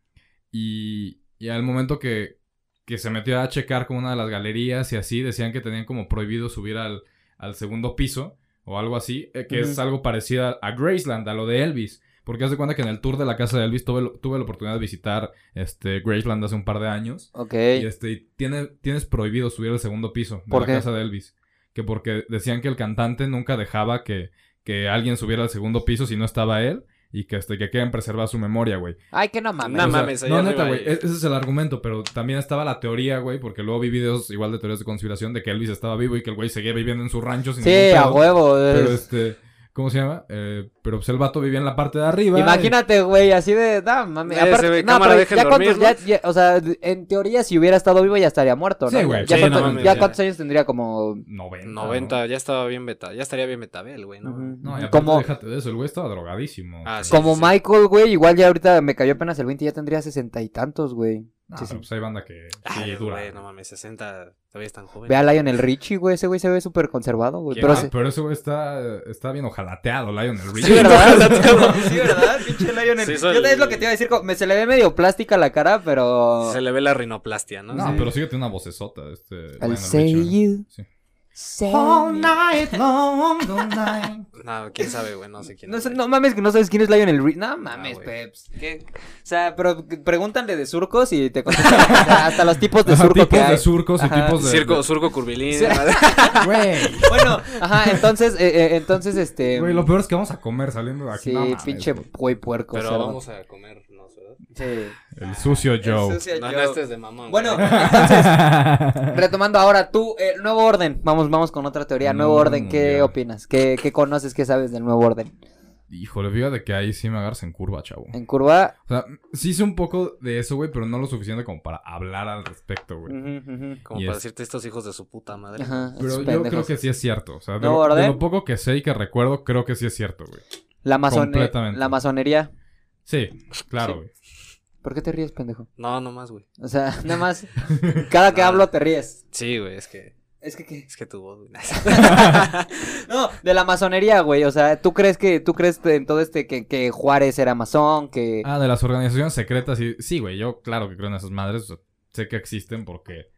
D: Y, y al momento que, que se metió a checar como una de las galerías y así, decían que tenían como prohibido subir al, al segundo piso o algo así, eh, que es
B: Ujú.
D: algo parecido a, a Graceland, a lo de Elvis. Porque hace cuenta que en el tour de la casa de Elvis tuve, tuve la oportunidad de visitar este, Graceland hace un par de años.
B: Ok.
D: Y este, y tiene, tienes prohibido subir al segundo piso de
B: ¿Por
D: la
B: qué?
D: casa de Elvis. Que porque decían que el cantante nunca dejaba que, que alguien subiera al segundo piso si no estaba él. Y que, este, que querían preservar su memoria, güey.
B: Ay, que no mames.
C: No
D: O sea,
C: mames, allá
D: No,
C: arriba
D: neta, güey.
C: hay-
D: e- Ese es el argumento, pero también estaba la teoría, güey. Porque luego vi videos igual de teorías de conspiración de que Elvis estaba vivo y que el güey seguía viviendo en su rancho sin
B: sí,
D: ningún
B: a
D: pedo.
B: huevo. es-
D: Pero este... ¿Cómo se llama? Eh, pero pues el vato vivía en la parte de arriba. y-
B: Imagínate, güey, así de. No, mami.
C: Ese, güey, cámara, dejen
B: ya cuántos-
C: dormir,
B: ya- ya- o sea, en teoría, si hubiera estado vivo, ya estaría muerto, ¿no?
D: Sí, güey,
B: Ya,
C: sí,
B: cuántos-
C: no mames,
B: ya
C: ya.
B: cuántos años tendría, como.
D: 90. ¿no?
C: 90, ya estaba bien beta. Ya estaría bien betabel, güey. ¿no?
B: Ujú.
D: No, y aparte,
B: como
D: déjate de eso. El güey estaba drogadísimo.
C: Ah, sí.
B: como Michael, güey, igual ya ahorita me cayó apenas el 20, ya tendría sesenta y tantos, güey.
D: No,
B: Sí,
D: pero
B: sí.
D: pues hay banda que sí
C: Ay,
D: dura.
C: güey, no mames, 60. Todavía es tan joven.
B: Ve a Lionel Richie, güey, ese güey se ve súper conservado, güey. Pero
D: Ah,
B: se-
D: pero ese güey está, está bien ojalateado, Lionel Richie.
B: Sí, ¿verdad? <laughs> sí, ¿verdad? Pinche Lionel.
C: Sí,
B: Yo
C: hizo el-
B: es lo que te iba a decir, como- me se le ve medio plástica la cara, pero...
C: Se le ve la rinoplastia,
D: <laughs>
C: ¿no?
D: No,
C: Sí.
D: pero sí que tiene una vocesota. Este,
B: I'll
D: Lionel
B: say
D: Richie.
B: you.
D: Sí.
B: say me.
D: night long,
B: <laughs>
D: all night.
C: No, quién sabe, güey. No sé quién
B: No,
C: es,
B: sé-
C: güey.
B: no mames, que no sabes quién es Lionel Richie. No mames,
C: Ah, güey.
B: peps. ¿Qué? O sea, pero pregúntale de surcos y te contestan. O sea, hasta los tipos de
D: Ajá,
B: surco que
D: tipos
B: hay.
D: de surcos y
B: Ajá.
D: tipos de...
C: Circo, surco curvilíneo.
B: Sí. <laughs>
C: madre.
D: Güey,
B: Bueno, ajá, entonces, eh, eh, entonces, este...
D: güey, lo peor es que vamos a comer saliendo de aquí.
B: sí,
D: no mames,
B: pinche
D: güey.
B: güey puerco.
C: Pero
B: cerdo.
C: vamos a comernos, ¿verdad?
D: <laughs>
B: Sí.
D: El sucio Joe.
B: Eso sí,
C: No,
B: yo-
C: no, este es de mamón.
B: Bueno,
D: <laughs>
C: güey.
B: Retomando ahora tú, eh, nuevo orden. Vamos, vamos con otra teoría. Nuevo
D: Mm,
B: orden, ¿qué
D: ya.
B: opinas? ¿Qué, qué conoces? ¿Qué sabes del nuevo orden?
D: Híjole, fíjate que ahí sí me agarras en curva, chavo.
B: En curva.
D: O sea, sí hice un poco de eso, güey, pero no lo suficiente como para hablar al respecto, güey.
B: ujú, ujú.
C: Como
D: Y
C: para
D: es-
C: decirte estos hijos de su puta madre.
B: Ajá,
D: Pero
B: Mm, esos
D: yo creo
B: pendejos.
D: que sí es cierto. O sea, de,
B: ¿No,
D: lo, de
B: orden?
D: lo poco que sé y que recuerdo, creo que sí es cierto, güey.
B: La, masone-
D: Completamente.
B: la masonería.
D: Sí, claro,
B: Sí.
D: güey.
B: ¿Por qué te ríes, pendejo?
C: No, nomás, güey.
B: O
D: <laughs>
B: sea, nada más. Cada que
C: Ah.
B: hablo te ríes.
C: Sí, güey, es que,
B: Es que, ¿qué?
C: es que tu
D: <laughs>
C: voz, güey.
B: No, de la masonería, güey. O sea, ¿tú crees que, tú crees que en todo este que, que Juárez era masón? Que.
D: Ah, de las organizaciones secretas. Y... Sí, güey, yo claro que creo en esas madres. o sea, sé que existen porque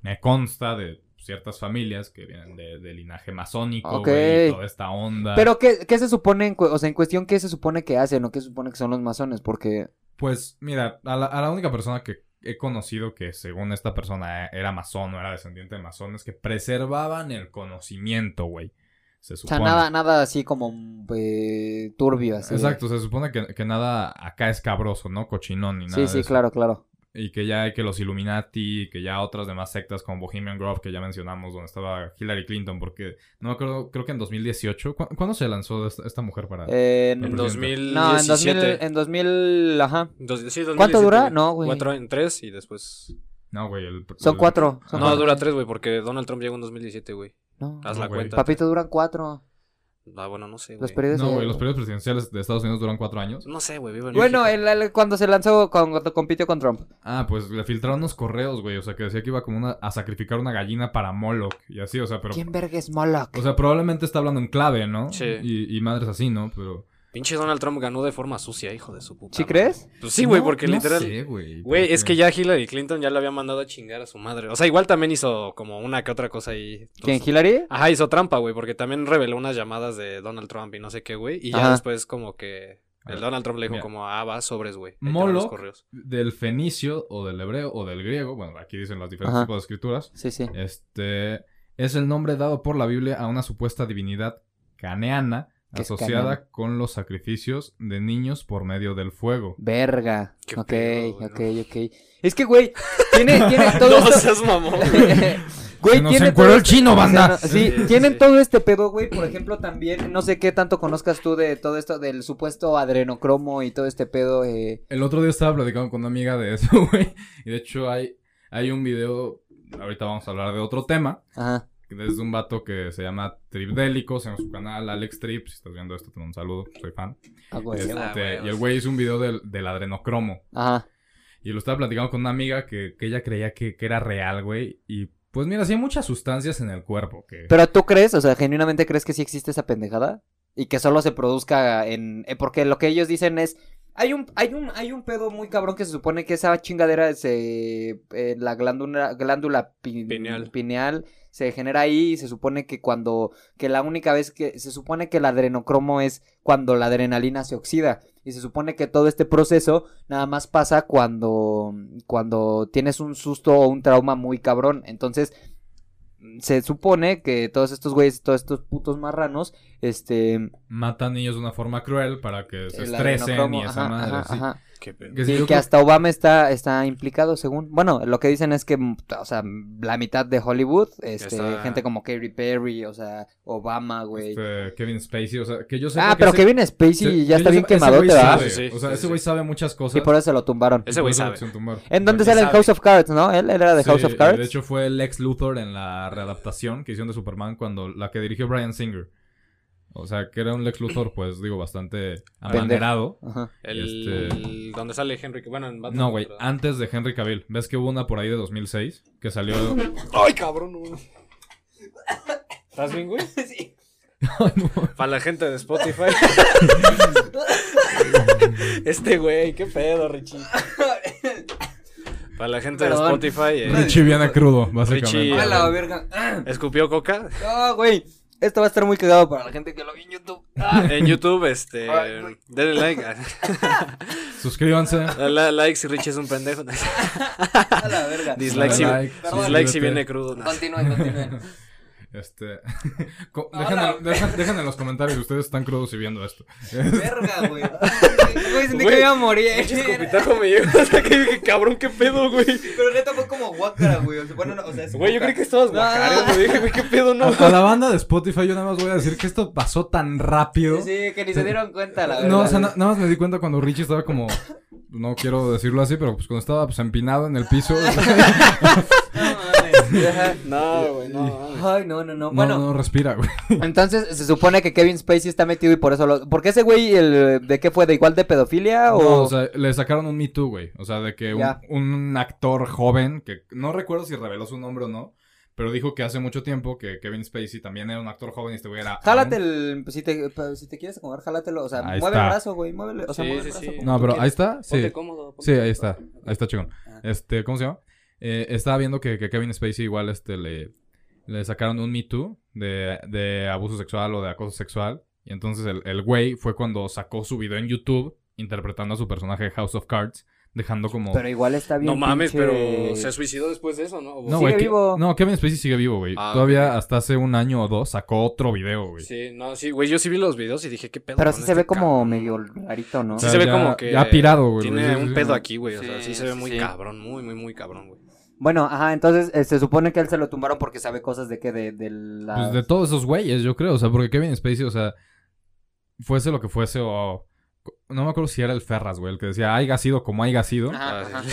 D: me consta de ciertas familias que vienen de, de linaje masónico,
B: Ok.
D: güey, y toda esta onda.
B: Pero, ¿qué, qué se supone? en cu- o sea, en cuestión, ¿qué se supone que hacen o qué se supone que son los masones? Porque.
D: Pues, mira, a la, a la única persona que he conocido que según esta persona era masón o era descendiente de masón es que preservaban el conocimiento, güey. Se
B: O
D: supone.
B: sea, nada, nada así como eh, turbio, así.
D: Exacto, se supone que, que nada acá es cabroso, ¿no? Cochinón ni nada.
B: Sí,
D: de
B: sí,
D: eso.
B: claro, claro.
D: Y que ya hay que los Illuminati, que ya otras demás sectas como Bohemian Grove, que ya mencionamos, donde estaba Hillary Clinton, porque no me acuerdo, creo que en 2018. ¿cu- ¿Cuándo se lanzó esta, esta mujer para.?
B: Eh,
D: Por
C: En
D: ejemplo.
B: no,
C: 2017.
B: en 2000, en 2000, ajá.
C: Dos- sí,
B: ¿Cuánto
C: 2017,
B: dura?
C: güey.
B: No, güey.
C: Cuatro en tres y después.
D: No, güey. el-
B: Son
D: el-
B: cuatro. son
C: No,
B: cuatro.
C: dura tres, güey, porque Donald Trump llegó en 2017, güey.
B: No.
C: Haz
D: No,
C: la
D: güey.
C: cuenta.
B: Papito, duran cuatro.
C: Ah, bueno, no sé,
B: Los
C: güey.
B: periodos.
D: No,
B: de- <laughs>
D: güey, los periodos presidenciales de Estados Unidos duran cuatro años.
C: No sé, güey, vivo en
B: Bueno,
C: México.
B: el- el- cuando se lanzó, con- cuando compitió con Trump.
D: Ah, pues le filtraron unos correos, güey. O sea, que decía que iba como una- a sacrificar una gallina para Moloch y así, o sea, pero.
B: ¿Quién verga es Moloch?
D: O sea, probablemente está hablando en clave, ¿no?
C: Sí.
D: Y, y madres así, ¿no? Pero.
C: Pinche Donald Trump ganó de forma sucia, hijo de su puta.
B: eh. ¿Sí
C: madre.
B: crees?
C: Pues sí, güey,
D: No,
C: porque
D: no
C: literal.
D: sé, güey.
C: Güey,
D: porque-
C: es que ya Hillary Clinton ya le había mandado a chingar a su madre. O sea, igual también hizo como una que otra cosa ahí.
B: ¿Quién,
C: Entonces-
B: Hillary?
C: Ajá, hizo trampa, güey, porque también reveló unas llamadas de Donald Trump y no sé qué, güey. Y ya
B: Ajá.
C: después como que el
D: Ajá.
C: Donald Trump le dijo
D: Mira.
C: como, ah, va, sobres, güey. Ahí te van los
D: Moloch.
C: correos.
D: Del fenicio o del hebreo o del griego, bueno, aquí dicen los diferentes
B: Ajá.
D: tipos de escrituras.
B: Sí, sí.
D: Este. Es el nombre dado por la Biblia a una supuesta divinidad caneana
B: ¿Qué es
D: asociada
B: caneana?
D: con los sacrificios de niños por medio del fuego.
B: Verga.
C: Qué
B: Ok,
C: pedo, güey,
B: ok, ok. Es que, güey,
C: <laughs>
B: tiene, tiene todo
C: no
B: esto-
C: seas mamón, güey.
B: <laughs> Güey,
D: Se nos
B: tiene
D: encueró
B: todo
D: el chino, banda.
B: no- sí,
C: Sí, sí,
B: tienen
C: sí.
B: todo este pedo, güey. Por ejemplo, también, no sé qué tanto conozcas tú de todo esto del supuesto adrenocromo y todo este pedo. eh.
D: El otro día estaba platicando con una amiga de eso, <laughs> güey. Y de hecho hay, hay un video, ahorita vamos a hablar de otro tema,
B: Ajá.
D: que es de un vato que se llama Tripdélicos en su canal, Alex Trip, si estás viendo esto te mando un saludo, soy fan.
B: Ah, güey,
D: Este,
C: Ah, güey,
D: y el güey hizo un video del, del adrenocromo.
B: Ajá.
D: Y lo estaba platicando con una amiga que, que ella creía que, que era real, güey. Y pues mira, sí hay muchas sustancias en el cuerpo que...
B: Pero tú crees, o sea, genuinamente crees que sí existe esa pendejada y que solo se produzca en eh, porque lo que ellos dicen es hay un hay un hay un pedo muy cabrón que se supone que esa chingadera se eh, la glándula glándula pin-
C: Pineal.
B: pineal se genera ahí y se supone que cuando que la única vez que se supone que el adrenocromo es cuando la adrenalina se oxida y se supone que todo este proceso nada más pasa cuando cuando tienes un susto o un trauma muy cabrón entonces se supone que todos estos güeyes todos estos putos marranos este
D: Matan niños de una forma cruel para que se
B: el
D: Pues estresen y
B: adrenocromo,
D: esa
B: ajá,
D: madre.
B: ajá,
D: sí.
B: ajá.
C: Qué pedo.
D: Que sí,
B: Sí,
D: yo
B: que
D: creo-
B: hasta Obama está, está implicado, según. Bueno, lo que dicen es que, mm, o sea, la mitad de Hollywood, este,
C: Está-
B: gente como Katy Perry, o sea, Obama, güey.
D: este, Kevin Spacey, o sea, que yo sé
B: ah, pero Kevin Spacey ya está bien quemadote, ¿verdad?
C: sabe. Sí, sí,
D: o sea,
C: sí,
D: ese
C: sí.
D: güey sabe muchas cosas.
B: Y por eso lo tumbaron.
C: Ese
D: Por
C: güey
D: eso
C: sabe.
D: lo quisieron tumbar.
B: ¿En dónde
C: Porque
B: sale en
C: sabe.
B: House of Cards, no? Él, él era de
D: Sí,
B: House of
D: y
B: Cards.
D: De hecho, fue el ex Luthor en la readaptación que hicieron de Superman cuando la que dirigió Brian Singer. O sea, que era un Lex Luthor, pues digo, bastante abanderado.
B: Ajá.
C: El... Donde sale Henry. Bueno, en Batman
D: Este, No, güey, ah,
C: contra-
D: antes de Henry Cavill. ¿Ves que hubo una por ahí de 2006
B: <laughs>
D: que salió.
C: Ay, cabrón, no. ¿Estás
D: <laughs>
C: bien, güey?
D: Ay, no.
C: Para la gente de Spotify.
D: <laughs>
C: este güey, qué pedo, Richie. Para la gente
B: Perdón.
C: de Spotify, eh,
D: Richie viene crudo,
C: Richie-
D: básicamente.
B: A la verga. <laughs> Ah,
C: escupió coca.
B: No, güey. Esto va a estar muy cagado para la gente que lo vi en YouTube. Ah,
C: En YouTube, este.
B: Ay, güey.
C: Denle like.
D: Suscríbanse.
C: Dale la- like si Richie es un
D: <laughs>
C: pendejo.
B: a la
C: <laughs>
B: verga.
C: Dislike si,
D: Dale like,
C: dislike si
D: suscríbete.
C: viene crudo. no.
B: Continúen, continúen. <laughs>
D: Este. co- dejen, dejen- dejen en los comentarios si ustedes están crudos y viendo esto.
B: Verga,
C: <laughs>
B: güey. Güey, sentí que
C: Güey,
B: me iba a morir.
C: Pinche escupitajo me llegó hasta que dije, cabrón, qué pedo,
B: <laughs>
C: güey.
B: Pero neta fue como guácara, güey. O sea, bueno, no, o sea, es
C: Güey, yo
B: coca.
C: creí que
B: No,
C: estabas guacareando.
B: no.
C: Dije, güey, qué
D: <laughs>
C: pedo, no.
D: A la banda de Spotify, yo nada más voy a decir que esto pasó tan rápido.
B: Sí, que ni se dieron cuenta, la verdad.
D: No, o sea, na- nada más me di cuenta cuando Richie estaba como. No quiero decirlo así, pero pues cuando estaba pues, empinado en el piso.
B: mames. <laughs> Ajá.
C: No, güey, no.
B: Ay, no, no, no.
D: No,
B: <laughs> Bueno,
D: no respira, güey.
B: entonces se supone que Kevin Spacey está metido y por eso lo. ¿Por qué ese güey el, de qué fue? ¿De igual de pedofilia? O...
D: No, o sea, le sacaron un Me Too, güey. O sea, de que un,
B: Ya.
D: un actor joven, que no recuerdo si reveló su nombre o no, pero dijo que hace mucho tiempo que Kevin Spacey también era un actor joven y este güey era.
B: Jálate
D: aún-
B: el. Si te, pa- si te quieres acomodar, jálatelo. O sea,
D: Ahí
B: mueve el
D: está.
B: brazo, güey. Muévele. O sea,
C: Sí,
B: mueve
C: sí,
B: el brazo.
C: sí.
B: como
D: No,
B: tú
D: pero
B: quieras.
D: ahí está. Sí,
C: cómodo.
D: sí ahí está. Ahí está, chingón.
B: Ah.
D: Este, ¿cómo se llama? Eh, estaba viendo que, que Kevin Spacey igual este, le, le sacaron un Me Too de, de abuso sexual o de acoso sexual. Y entonces el, el güey fue cuando sacó su video en YouTube interpretando a su personaje de House of Cards, dejando como...
B: Pero igual está bien.
C: No mames,
B: pinche-
C: pero se suicidó después de eso,
D: no,
C: ¿no?
B: sigue
D: güey, que-
B: vivo.
D: no, Kevin Spacey sigue vivo, güey.
C: Ah,
D: Todavía hasta hace un año o dos sacó otro video, güey.
C: Sí, no, sí, güey, yo sí vi los videos y dije, qué pedo.
B: Pero
C: con
B: sí se
C: este
B: ve como
C: cabrón?
B: medio rarito, ¿no?
D: O
C: Sí
D: sea,
C: se ve
D: ya-
C: como que.
D: ya pirado, güey,
C: Tiene
D: güey, sí,
C: un
D: sí,
C: pedo
D: sí.
C: aquí, güey. O sea,
B: Sí,
C: sí se ve
B: sí,
C: muy
B: sí.
C: cabrón, muy, muy, muy cabrón, güey.
B: Bueno, ajá, entonces eh, se supone que él se lo tumbaron porque sabe cosas de que de, de la...
D: Pues de todos esos güeyes, yo creo. O sea, porque Kevin Spacey, o sea, fuese lo que fuese o No me acuerdo si era el Ferras, güey, el que decía, haya sido como haya sido.
C: Ah.
E: Ajá, ajá.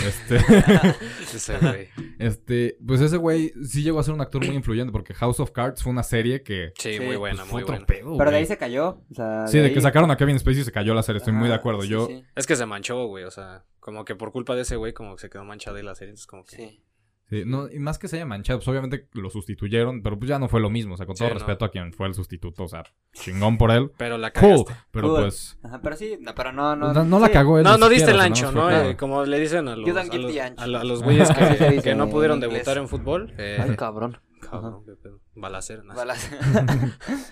C: <laughs>
D: Este,
C: Ese güey.
D: este, pues ese güey sí llegó a ser un actor muy influyente porque House of Cards fue una serie que
C: Sí,
B: Sí, pues
C: muy
D: pues,
C: buena,
D: fue
C: muy
D: otro
C: buena.
D: pedo,
B: Pero de
D: güey.
B: ahí se cayó. O sea,
D: Sí, de que
B: ahí-
D: sacaron a Kevin Spacey y se cayó la serie, estoy muy de
B: Ajá,
D: acuerdo.
B: sí,
D: Yo
B: Sí,
C: Es que se manchó, güey, o sea, como que por culpa de ese güey como que se quedó manchada y la serie, entonces como que...
E: Sí.
D: Sí, no, y más que se haya manchado, pues obviamente lo sustituyeron, pero pues ya no fue lo mismo. O sea, con
C: Sí,
D: todo
C: no.
D: respeto a quien fue el sustituto, o sea, chingón
B: <laughs>
D: por él.
C: Pero la
D: Cool,
C: cagaste.
D: pero
B: Cool.
D: pues.
B: Ajá, pero sí, no, pero no, no.
D: No, no la
B: sí.
D: cagó él.
C: No,
D: ni
C: no diste
D: siquiera,
C: el
D: o sea,
C: ancho, ¿no?
D: fue
C: Eh,
D: claro.
C: como le dicen a los,
E: You don't
C: a
E: give
C: los,
E: the ancho.
C: a la- a los
B: <laughs>
C: güeyes
B: Así se
C: que,
B: dice
C: que no
B: en
C: pudieron
E: inglés.
C: debutar en fútbol. eh,
E: Ay,
B: <laughs>
E: cabrón.
C: cabrón, qué pedo. Balacero, no
D: <laughs>
C: sé.
E: Balas.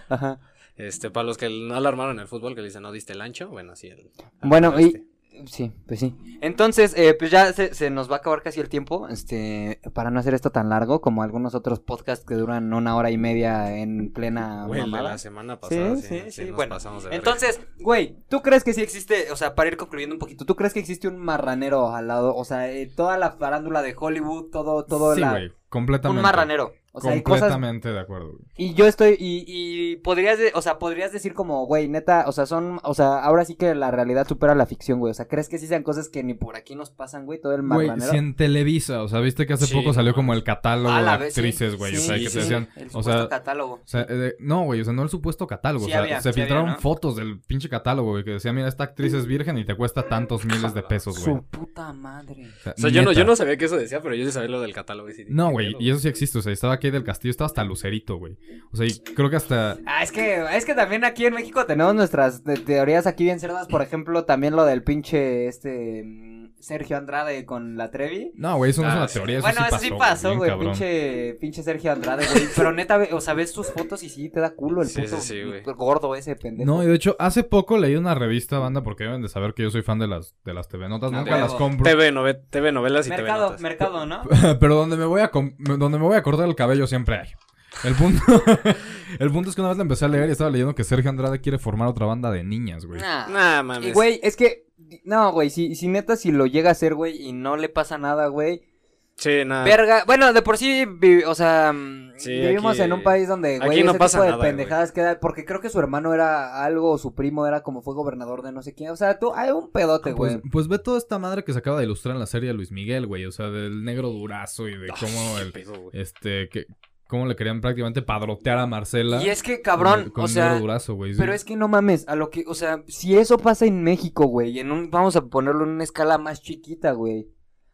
B: Ajá.
C: Este, para los que no alarmaron el fútbol, que le dicen, no diste el ancho, bueno, así el...
B: Bueno,
C: este.
B: y. Sí, pues sí. Entonces, eh, pues ya se, se nos va a acabar casi el tiempo. Este, para no hacer esto tan largo como algunos otros podcasts que duran una hora y media en plena.
C: Güey, el
B: Ah,
C: de
B: mamada.
C: la semana pasada, sí, sí, nos
B: bueno,
C: pasamos de verga.
B: entonces, güey, ¿tú crees que sí existe, o sea, para ir concluyendo un poquito, ¿tú crees que existe un marranero al lado, o sea, eh, toda la farándula de Hollywood, todo, todo
D: Sí,
B: la...
D: güey, completamente.
B: un marranero, o sea, hay cosas...
D: completamente de acuerdo. güey.
B: Y yo estoy, y, y podrías, de- o sea, podrías decir como, güey, neta, o sea, son, o sea, ahora sí que la realidad supera la ficción, güey, o sea, ¿crees que sí sean cosas que ni por aquí nos pasan, güey, todo el
D: Güey,
B: marranero?
D: si en Televisa, o sea, viste que hace
C: Sí,
D: poco salió
C: no
D: como
C: mames.
D: el catálogo
B: A
D: de
B: la vez, sí,
D: actrices, güey.
B: sí,
D: o sea,
C: sí,
D: que
C: sí.
D: te decían.
B: El
D: o sea,
B: supuesto catálogo.
D: O sea, eh, no, güey, o sea, no el supuesto catálogo.
B: Sí
D: o sea,
B: había,
D: se
B: sí había,
D: filtraron
B: ¿no?
D: fotos del pinche catálogo, güey, que decía, mira, esta actriz es virgen y te cuesta tantos miles de pesos, güey.
B: Su puta madre.
D: O sea,
C: O sea, yo no,
D: neta.
C: yo no sabía que eso decía, pero yo sí sabía lo del catálogo. y sí dije,
D: No,
C: ¿qué
D: güey,
C: pedo,
D: y eso sí existe. O sea, estaba aquí del Castillo, estaba hasta Lucerito, güey. O sea, y creo que hasta.
B: Ah, es que, es que también aquí en México tenemos nuestras te- teorías aquí bien cerdas, por ejemplo, también lo del pinche este mm, Sergio Andrade con la Trevi.
D: No, güey, eso no es
C: Ah,
D: una
C: sí.
D: teoría. Eso
B: bueno,
D: sí
B: eso
D: pasó,
B: sí pasó,
D: bien
B: güey,
D: cabrón.
B: pinche, pinche Sergio Andrade, güey, pero neta, ve- o sea, ves sus fotos y sí te da culo el
C: Sí,
B: puto
C: sí, sí, güey.
B: gordo ese pendejo.
D: No, y de hecho, hace poco leí una revista, banda, porque deben de saber que yo soy fan de las, de las TV notas.
B: Ah,
D: Nunca
B: huevo.
D: las compro.
C: TV, nove- TV novelas y TV
B: mercado,
C: notas.
B: mercado,
D: <laughs>
B: ¿no?
D: Pero donde me voy a com- donde me voy a cortar el cabello siempre hay. El punto, <laughs> el punto es que una vez la empecé a leer y estaba leyendo que Sergio Andrade quiere formar otra banda de niñas, güey.
B: Ah,
E: Nah.
C: Nah,
B: Y,
C: mames.
B: güey, es que, no, güey, si, si neta, si lo llega a hacer, güey, y no le pasa nada, güey,
C: Sí, nada.
B: Verga, bueno, de por sí, vi- o sea, mm,
C: Ah. Sí,
B: vivimos
C: aquí-
B: en un país donde, güey,
C: aquí no
B: ese
C: pasa
B: tipo de
C: nada,
B: pendejadas queda, porque creo que su hermano era algo, o su primo era como fue gobernador de no sé quién, o sea, tú, hay un pedote, güey.
D: Pues, pues ve toda esta madre que se acaba de ilustrar en la serie de Luis Miguel, güey. O sea, del negro durazo y de cómo
C: Ay,
D: el,
C: qué pedo, güey.
D: este, que, cómo le querían prácticamente padrotear a Marcela.
B: y es que,
D: con-
B: cabrón,
D: con
B: o
D: un
B: sea,
D: negro durazo, güey.
B: pero es que no mames, a lo que, o sea, si eso pasa en México, güey, en un, vamos a ponerlo en una escala más chiquita, güey.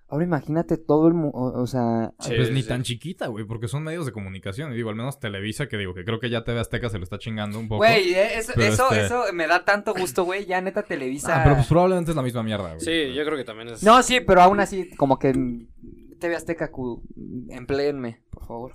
B: Ahora imagínate todo el, mu- o, o sea,
C: Sí,
D: pues
C: sí,
D: ni
C: sí.
D: tan chiquita, güey, porque son medios de comunicación. Y digo, al menos Televisa, que digo, que creo que ya TV Azteca se lo está chingando un poco.
B: güey, eh, eso,
D: Pero
B: eso,
D: este-
B: eso me da tanto gusto, güey, ya neta Televisa.
D: Ah, pero pues probablemente es la misma mierda, güey.
C: Sí, yo creo que también es...
B: No, sí, pero aún así, como que mm, TV Azteca, cu- empléenme, por favor.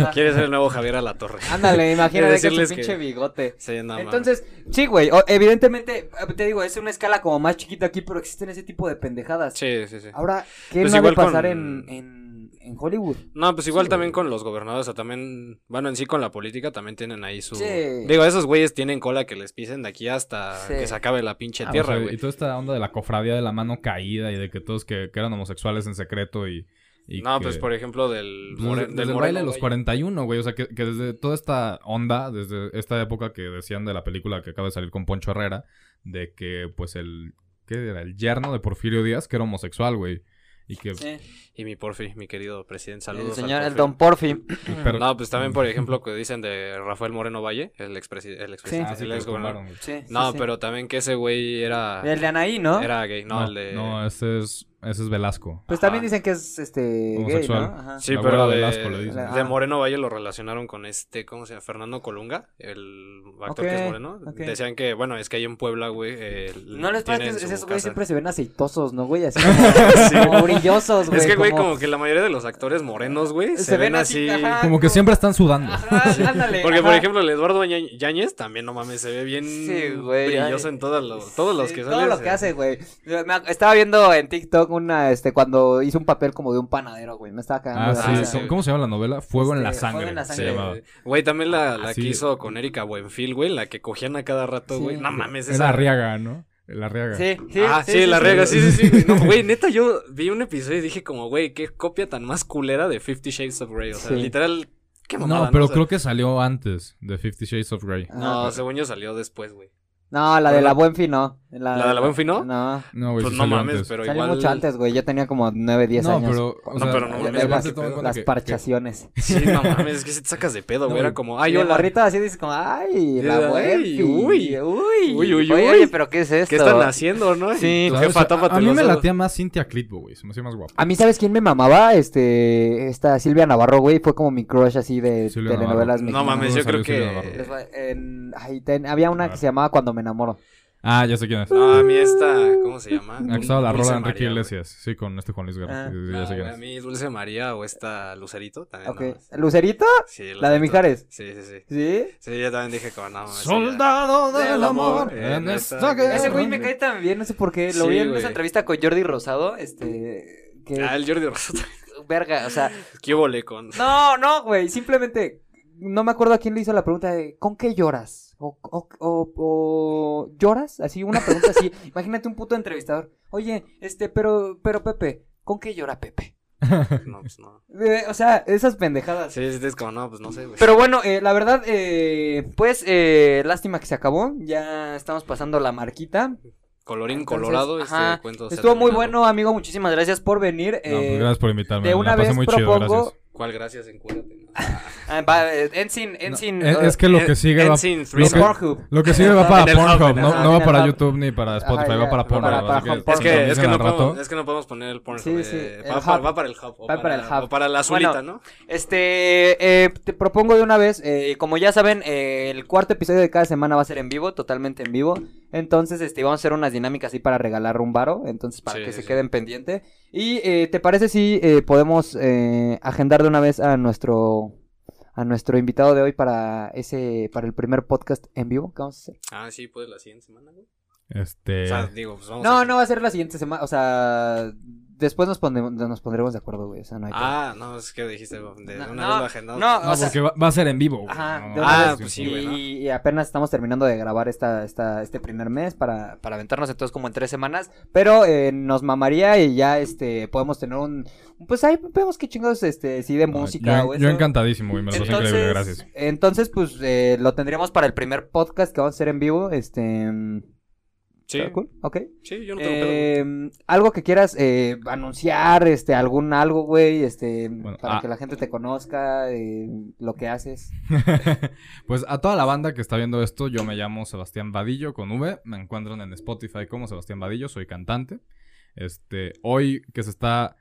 B: Ajá.
C: Quiere ser el nuevo Javier a la torre.
B: Ándale, imagínate que
C: decirles
B: su pinche
C: que-
B: bigote.
C: <laughs> Sí, nada más.
B: Entonces, sí, güey, o- evidentemente, eh, te digo, es una escala como más chiquita aquí, pero existen ese tipo de pendejadas.
C: Sí, sí, sí.
B: Ahora, ¿qué
C: Pues
B: no ha de
C: igual con-
B: pasar en, en, en Hollywood?
C: No, pues igual
D: Sí,
C: también
D: güey.
C: con los gobernadores, o también, bueno, en sí con la política también tienen ahí su...
B: Sí.
C: Digo, esos güeyes tienen cola que les pisen de aquí hasta
B: Sí.
C: que se acabe la pinche
D: Ah, o
C: tierra,
D: sea,
C: güey.
D: y toda esta onda de la cofradía de la mano caída y de que todos que, que eran homosexuales en secreto y... y
C: no,
D: que-
C: pues por ejemplo del...
D: Pues,
C: more-
D: desde- desde el
C: moreno,
D: baile de los
C: güey.
D: 41, güey. O sea, que, que desde toda esta onda, desde esta época que decían de la película que acaba de salir con Poncho Herrera, de que, pues, el... ¿Qué era? El yerno de Porfirio Díaz, que era homosexual, güey. Y que...
C: Y mi Porfi, mi querido presidente,
B: el
C: saludos. al
B: señor, el
C: Porfi.
B: Don Porfi.
D: pero-
C: No, pues también, por ejemplo, que dicen de Rafael Moreno Valle, el expresidente, el expresidente,
D: Ah, sí,
C: el
D: que lo
C: exgobernador.
D: tumbaron,
B: <laughs>
D: güey.
B: Sí, sí,
C: No,
B: sí.
C: pero también que ese güey era...
B: El de Anaí, ¿no?
C: Era gay, no,
D: No,
C: el de...
D: no, ese es... Ese es Velasco.
B: Pues también
C: Ajá.
B: dicen que es, este, gay, ¿no?
D: Homosexual.
B: Ajá.
C: Ah. Sí,
D: La
C: pero
D: abuela
C: de,
D: Velasco, le dicen.
C: de
B: Ah.
C: Moreno Valle lo relacionaron con este, ¿cómo se llama? Fernando Colunga, el actor que
B: Ok,
C: es moreno.
B: ok.
C: Decían que, bueno, es que ahí en Puebla, güey. eh,
B: No les pasa que
C: tienen su
B: esos güeyes
C: casa.
B: siempre se ven aceitosos, ¿no,
C: <laughs>
B: güey? Así como, como brillosos, güey.
C: Es que, güey, como que la mayoría de los actores morenos, güey, se, ven así.
B: ajá,
D: Como que siempre están sudando.
B: Ajá, <laughs> ándale.
C: <laughs> Porque, por
B: ajá.
C: ejemplo, el Eduardo Ña- Yáñez también, no mames, se ve bien
B: Sí, güey,
C: brilloso
B: ay.
C: en todos los, todos los
B: Sí,
C: que salen.
B: Todo lo que hace, güey. Yo me ac- Estaba viendo en TikTok una, este, cuando hizo un papel como de un panadero, güey. Me estaba cagando
D: Ah,
B: de
D: sí.
B: risa,
C: sí.
B: güey.
D: ¿Cómo- ¿Cómo se llama la novela? Fuego en la
B: Este, Fuego
D: sangre.
B: en la
D: se
B: sangre.
D: llamaba.
C: Güey, también la, la
D: Así-
C: que hizo con Erika Buenfil, güey, la que cogían a cada rato,
B: Sí.
C: güey. No mames,
D: Era
C: esa.
D: Arriaga, ¿no? La Arriaga.
B: Sí, sí.
C: ah, sí, la riega, sí, sí, sí. güey.
B: <laughs>
C: No, güey, neta, yo vi un episodio y dije como, güey, qué copia tan más culera de Fifty Shades of Grey. O sea,
B: Sí.
C: literal, qué mamada.
D: No, pero
C: O sea,
D: creo que salió antes de Fifty Shades of Grey.
B: Ah,
C: No,
B: pero-
C: según yo salió después, güey.
B: No, la de
C: ¿Verdad?
B: la Buen Fin no. La,
C: ¿La de la Buen Fin no?
B: No.
D: No, güey,
C: Pues
D: sí
C: no
D: salió
C: mames,
D: antes.
C: pero
B: Salió
C: igual. Ah,
B: mucho antes, güey. Yo tenía como 9, 10
D: no,
B: años.
D: pero, o
C: No,
D: sea,
C: pero no,
D: ya-
C: mames,
D: ya
C: aparte
D: se toma en
C: pedo.
D: cuenta
B: Las
D: que- que-
B: parchaciones.
C: Sí,
B: <laughs>
C: no mames, es que si te sacas de pedo,
D: No,
C: güey. Era
D: güey.
C: como, ay,
B: Y el
C: hola.
B: morrito así dice como, ay, la
C: Ay,
B: Buen Fin. uy.
C: uy. Uy, uy,
B: Oye,
C: uy.
B: oye, pero ¿qué es esto?
C: ¿Qué están haciendo, no?
B: Sí,
C: Tu
D: ¿sabes?
C: jefa,
D: O sea,
C: tápate
D: a, a mí
C: los
D: me
C: dedos.
D: latía más Cintia Clitbo, güey. Se me hacía más guapa.
B: A mí, ¿sabes quién me mamaba? Este, esta Silvia Navarro, güey, fue como mi crush así de
D: Silvia
B: telenovelas
C: No
B: mexicanas.
C: mames,
D: No
C: yo creo
D: salió Silvia
C: que.
B: Les va- en- ay, ten- había una que se llamaba Cuando me enamoro.
D: Ah, ya sé quién es.
C: No, a mí esta, ¿cómo se llama?
D: Me gustaba la
C: Dulce
D: rola de Enrique
C: María, güey.
D: Iglesias. Sí, con este Juan Luis Guerra.
B: Ah,
D: sí, sí,
C: Ah,
D: ya sé
C: güey,
D: quién
C: a
D: es.
C: mí Dulce María o esta Lucerito también.
B: Ok.
C: no.
B: ¿Lucerito?
C: Sí,
B: <laughs> ¿La de
C: Lucerito.
B: Mijares?
C: Sí, sí, sí.
B: ¿Sí?
C: Sí, yo también dije como, no, mames, ella-
D: Soldado
C: Del amor, en esta guerra.
B: Ese güey me cae tan bien, no sé por qué. Lo
C: Sí,
B: vi en
C: güey.
B: esa entrevista con Jordi Rosado, este... Que,
C: Ah, el Jordi <laughs> Rosado.
B: verga, o sea...
C: ¿Qué vole con?
B: No, no, güey, simplemente... No me acuerdo a quién le hizo la pregunta de ¿con qué lloras? O, o- o- o- ¿lloras? Así, una pregunta <laughs> así. Imagínate un puto entrevistador. Oye, este, pero, pero Pepe, ¿con qué llora Pepe?
C: No, pues no.
B: Eh, o sea, esas pendejadas.
C: Sí, sí, es como, no, pues no sé, güey.
B: Pero bueno, eh, la verdad, eh, pues, eh, lástima que se acabó. Ya estamos pasando la marquita.
C: Colorín
B: Entonces,
C: colorado, este
B: ajá,
C: cuento. se ha
B: Estuvo muy
C: terminado.
B: bueno, amigo. Muchísimas gracias por venir.
D: No, pues
B: eh,
D: gracias por invitarme.
B: de
D: me
B: una
D: la pasé
B: vez
D: muy chido,
B: propongo-
D: gracias.
C: ¿Cuál gracias? Encuérdate. ¿no?
B: ah, va, eh, Ensign,
D: No,
B: Ensign,
D: es,
B: eh,
D: es que lo
C: En-
D: que sigue va,
C: en sin
D: lo
B: en
D: que-
C: threesome.
B: Pornhub.
D: lo que sigue va
B: Ajá,
D: para
C: en el hub,
D: Pornhub,
C: en el
D: no,
B: hub,
D: no
B: en
D: va
B: el
D: para
B: hub.
D: YouTube ni para Spotify,
B: ya,
D: va para
B: va
D: Pornhub.
B: para-
D: así
B: para
D: que
C: Es que, es que
D: sintonicen
C: no
D: al rato.
C: podemos, es que no podemos poner el porno.
B: Sí, sí, el
C: va, para,
B: hub.
C: va para el hub. O
B: Va para el hub.
C: O para la azulita, ¿no?
B: Este, eh, te propongo de una vez, eh, como ya saben, eh, el cuarto episodio de cada semana va a ser en vivo, totalmente en vivo. Entonces, este, vamos a hacer unas dinámicas así para regalar un varo, entonces para
C: Sí,
B: que
C: sí,
B: se
C: sí.
B: queden pendiente. Y, eh, ¿te parece si eh, podemos eh, agendar de una vez a nuestro a nuestro invitado de hoy para ese para el primer podcast en vivo que vamos a hacer?
C: Ah, sí, pues la siguiente semana, güey.
D: Este.
C: O sea, digo, pues vamos.
B: No,
C: a-
B: no va a ser la siguiente semana. O sea, después nos, pondremos- nos pondremos de acuerdo, güey. O sea, no hay pedo.
C: Ah, no, es que dijiste, de una
B: No,
C: vez
B: no,
C: lo agendamos.
B: no,
D: No,
B: o sea-
D: porque va, va a ser en vivo. güey,
B: Ajá,
D: no,
B: de
D: no,
B: una
D: no,
B: vez.
D: es
C: pues sí,
D: imposible.
C: güey, ¿no?
B: Ah, y, y apenas estamos terminando de grabar esta, esta, este primer mes para, para aventarnos entonces como en tres semanas. Pero eh, nos mamaría y ya este podemos tener un. Pues ahí vemos qué chingados, este, sí, de
D: No,
B: música.
D: Ah, Yo,
B: o
D: yo
B: eso.
D: encantadísimo, güey. Me lo pasé increíble, gracias.
B: entonces, pues eh, lo tendríamos para el primer podcast que vamos a hacer en vivo. Este. mm,
C: Sí,
B: ¿está cool? Ok.
C: sí, yo no tengo pedo. güey.
B: Eh, algo que quieras eh, anunciar, este, algún algo, güey, este,
D: Bueno,
B: para
D: ah.
B: que la gente te conozca, eh, lo que haces. <laughs>
D: pues a toda la banda que está viendo esto, yo me llamo Sebastián Vadillo con V. Me encuentran en Spotify como Sebastián Vadillo, soy cantante. Este, hoy que se está.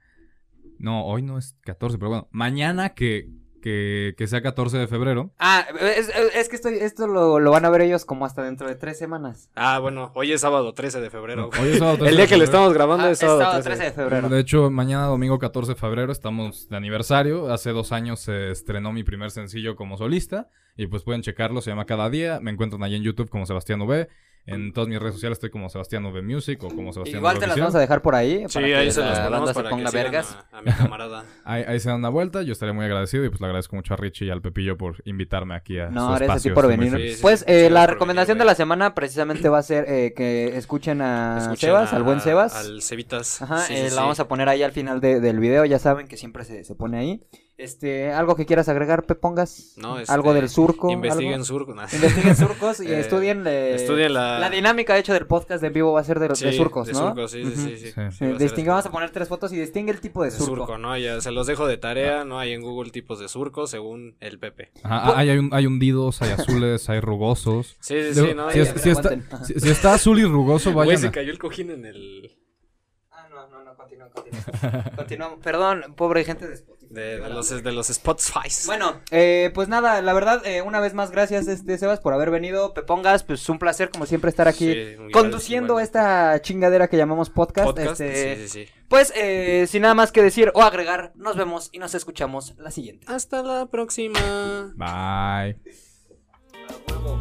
D: No, hoy no es 14, pero bueno, mañana que, que, que sea 14 de febrero.
B: Ah, es, es que estoy, esto lo, lo van a ver ellos como hasta dentro de tres semanas.
C: Ah, bueno, hoy es sábado 13 de febrero. güey.
D: Hoy es sábado 13
C: <laughs> El día
D: de
C: que le
D: febrero.
C: estamos grabando
B: Ah,
C: es sábado, 13.
B: 13 de febrero.
D: De hecho, mañana domingo 14 de febrero estamos de aniversario. Hace dos años se estrenó mi primer sencillo como solista. Y pues pueden checarlo, se llama Cada Día. Me encuentran ahí en YouTube como Sebastián V. En todas mis redes sociales estoy como Sebastián V Music o como Sebastián
B: Igual
D: V
B: te las
D: Oficial.
B: vamos a dejar por ahí.
C: Sí,
B: para que
C: ahí se
B: la
C: los ponemos
B: banda se
C: para que
B: ponga
C: sigan
B: vergas.
C: a, a
B: <laughs>
C: mi camarada.
D: ahí, ahí se dan una vuelta. Yo estaré muy agradecido y pues le agradezco mucho a Richie y al Pepillo por invitarme aquí a
B: No, gracias
D: su
B: a ti
D: espacio.
B: por
D: Estoy muy
B: venir.
D: feliz.
C: Sí, sí,
B: Pues
C: sí,
B: eh,
C: gracias
B: la
C: por
B: recomendación
C: venir,
B: de
C: güey.
B: la semana precisamente va a ser eh, que escuchen a
C: Escuchen
B: Ah, Sebas,
C: a-
B: al buen Sebas.
C: Al Cevitas.
B: Ajá,
C: Sí,
B: eh,
C: sí,
B: la
C: sí.
B: vamos a poner ahí al final de- del video, ya saben que siempre se, se pone ahí. Este, algo que quieras agregar, Pepongas,
C: No, este,
B: algo del surco.
C: Investiguen
B: algo? <laughs>
C: surco. nah.
B: Investiguen surcos y
C: <laughs> Eh,
B: estudien, eh,
C: estudien la-
B: la dinámica, de hecho, del podcast de en vivo va a ser de, de
C: Sí,
B: surcos,
C: de
B: ¿no?
C: surcos, sí, sí,
B: Ujú.
C: sí,
D: Sí.
C: sí. Sí, va a
B: Eh,
C: ser
B: distingue-
C: esto.
B: vamos a poner tres fotos y distingue el tipo de
C: De
B: surco.
C: surco, ¿no? Ya se los dejo de tarea, no hay en Google tipos de surco según el Pepe.
D: Ajá, hay, hay, un- hay hundidos, hay azules, hay rugosos.
C: Sí, sí,
D: Digo,
C: sí, no.
D: si,
C: ya-
D: es- si está,
B: aguanten.
D: si- si está azul y rugoso,
C: Güey,
D: vayan.
C: se
D: a-
C: cayó el cojín en el...
B: Ah, no, no, no, continúa, <laughs> continúa. Continuamos, perdón, pobre gente de Spotify.
C: De, de los, de los Spotify.
B: Bueno, eh, pues nada, la verdad, eh, una vez más, gracias, este, Sebas, por haber venido. Pepongas, pues un placer, como siempre, estar aquí
C: Sí, muy
B: conduciendo
C: igual.
B: esta chingadera que llamamos podcast.
C: podcast.
B: este,
C: Sí, sí, sí.
B: Pues, eh, sin nada más que decir o agregar, nos vemos y nos escuchamos la siguiente.
C: Hasta la próxima.
D: Bye.
B: A huevo.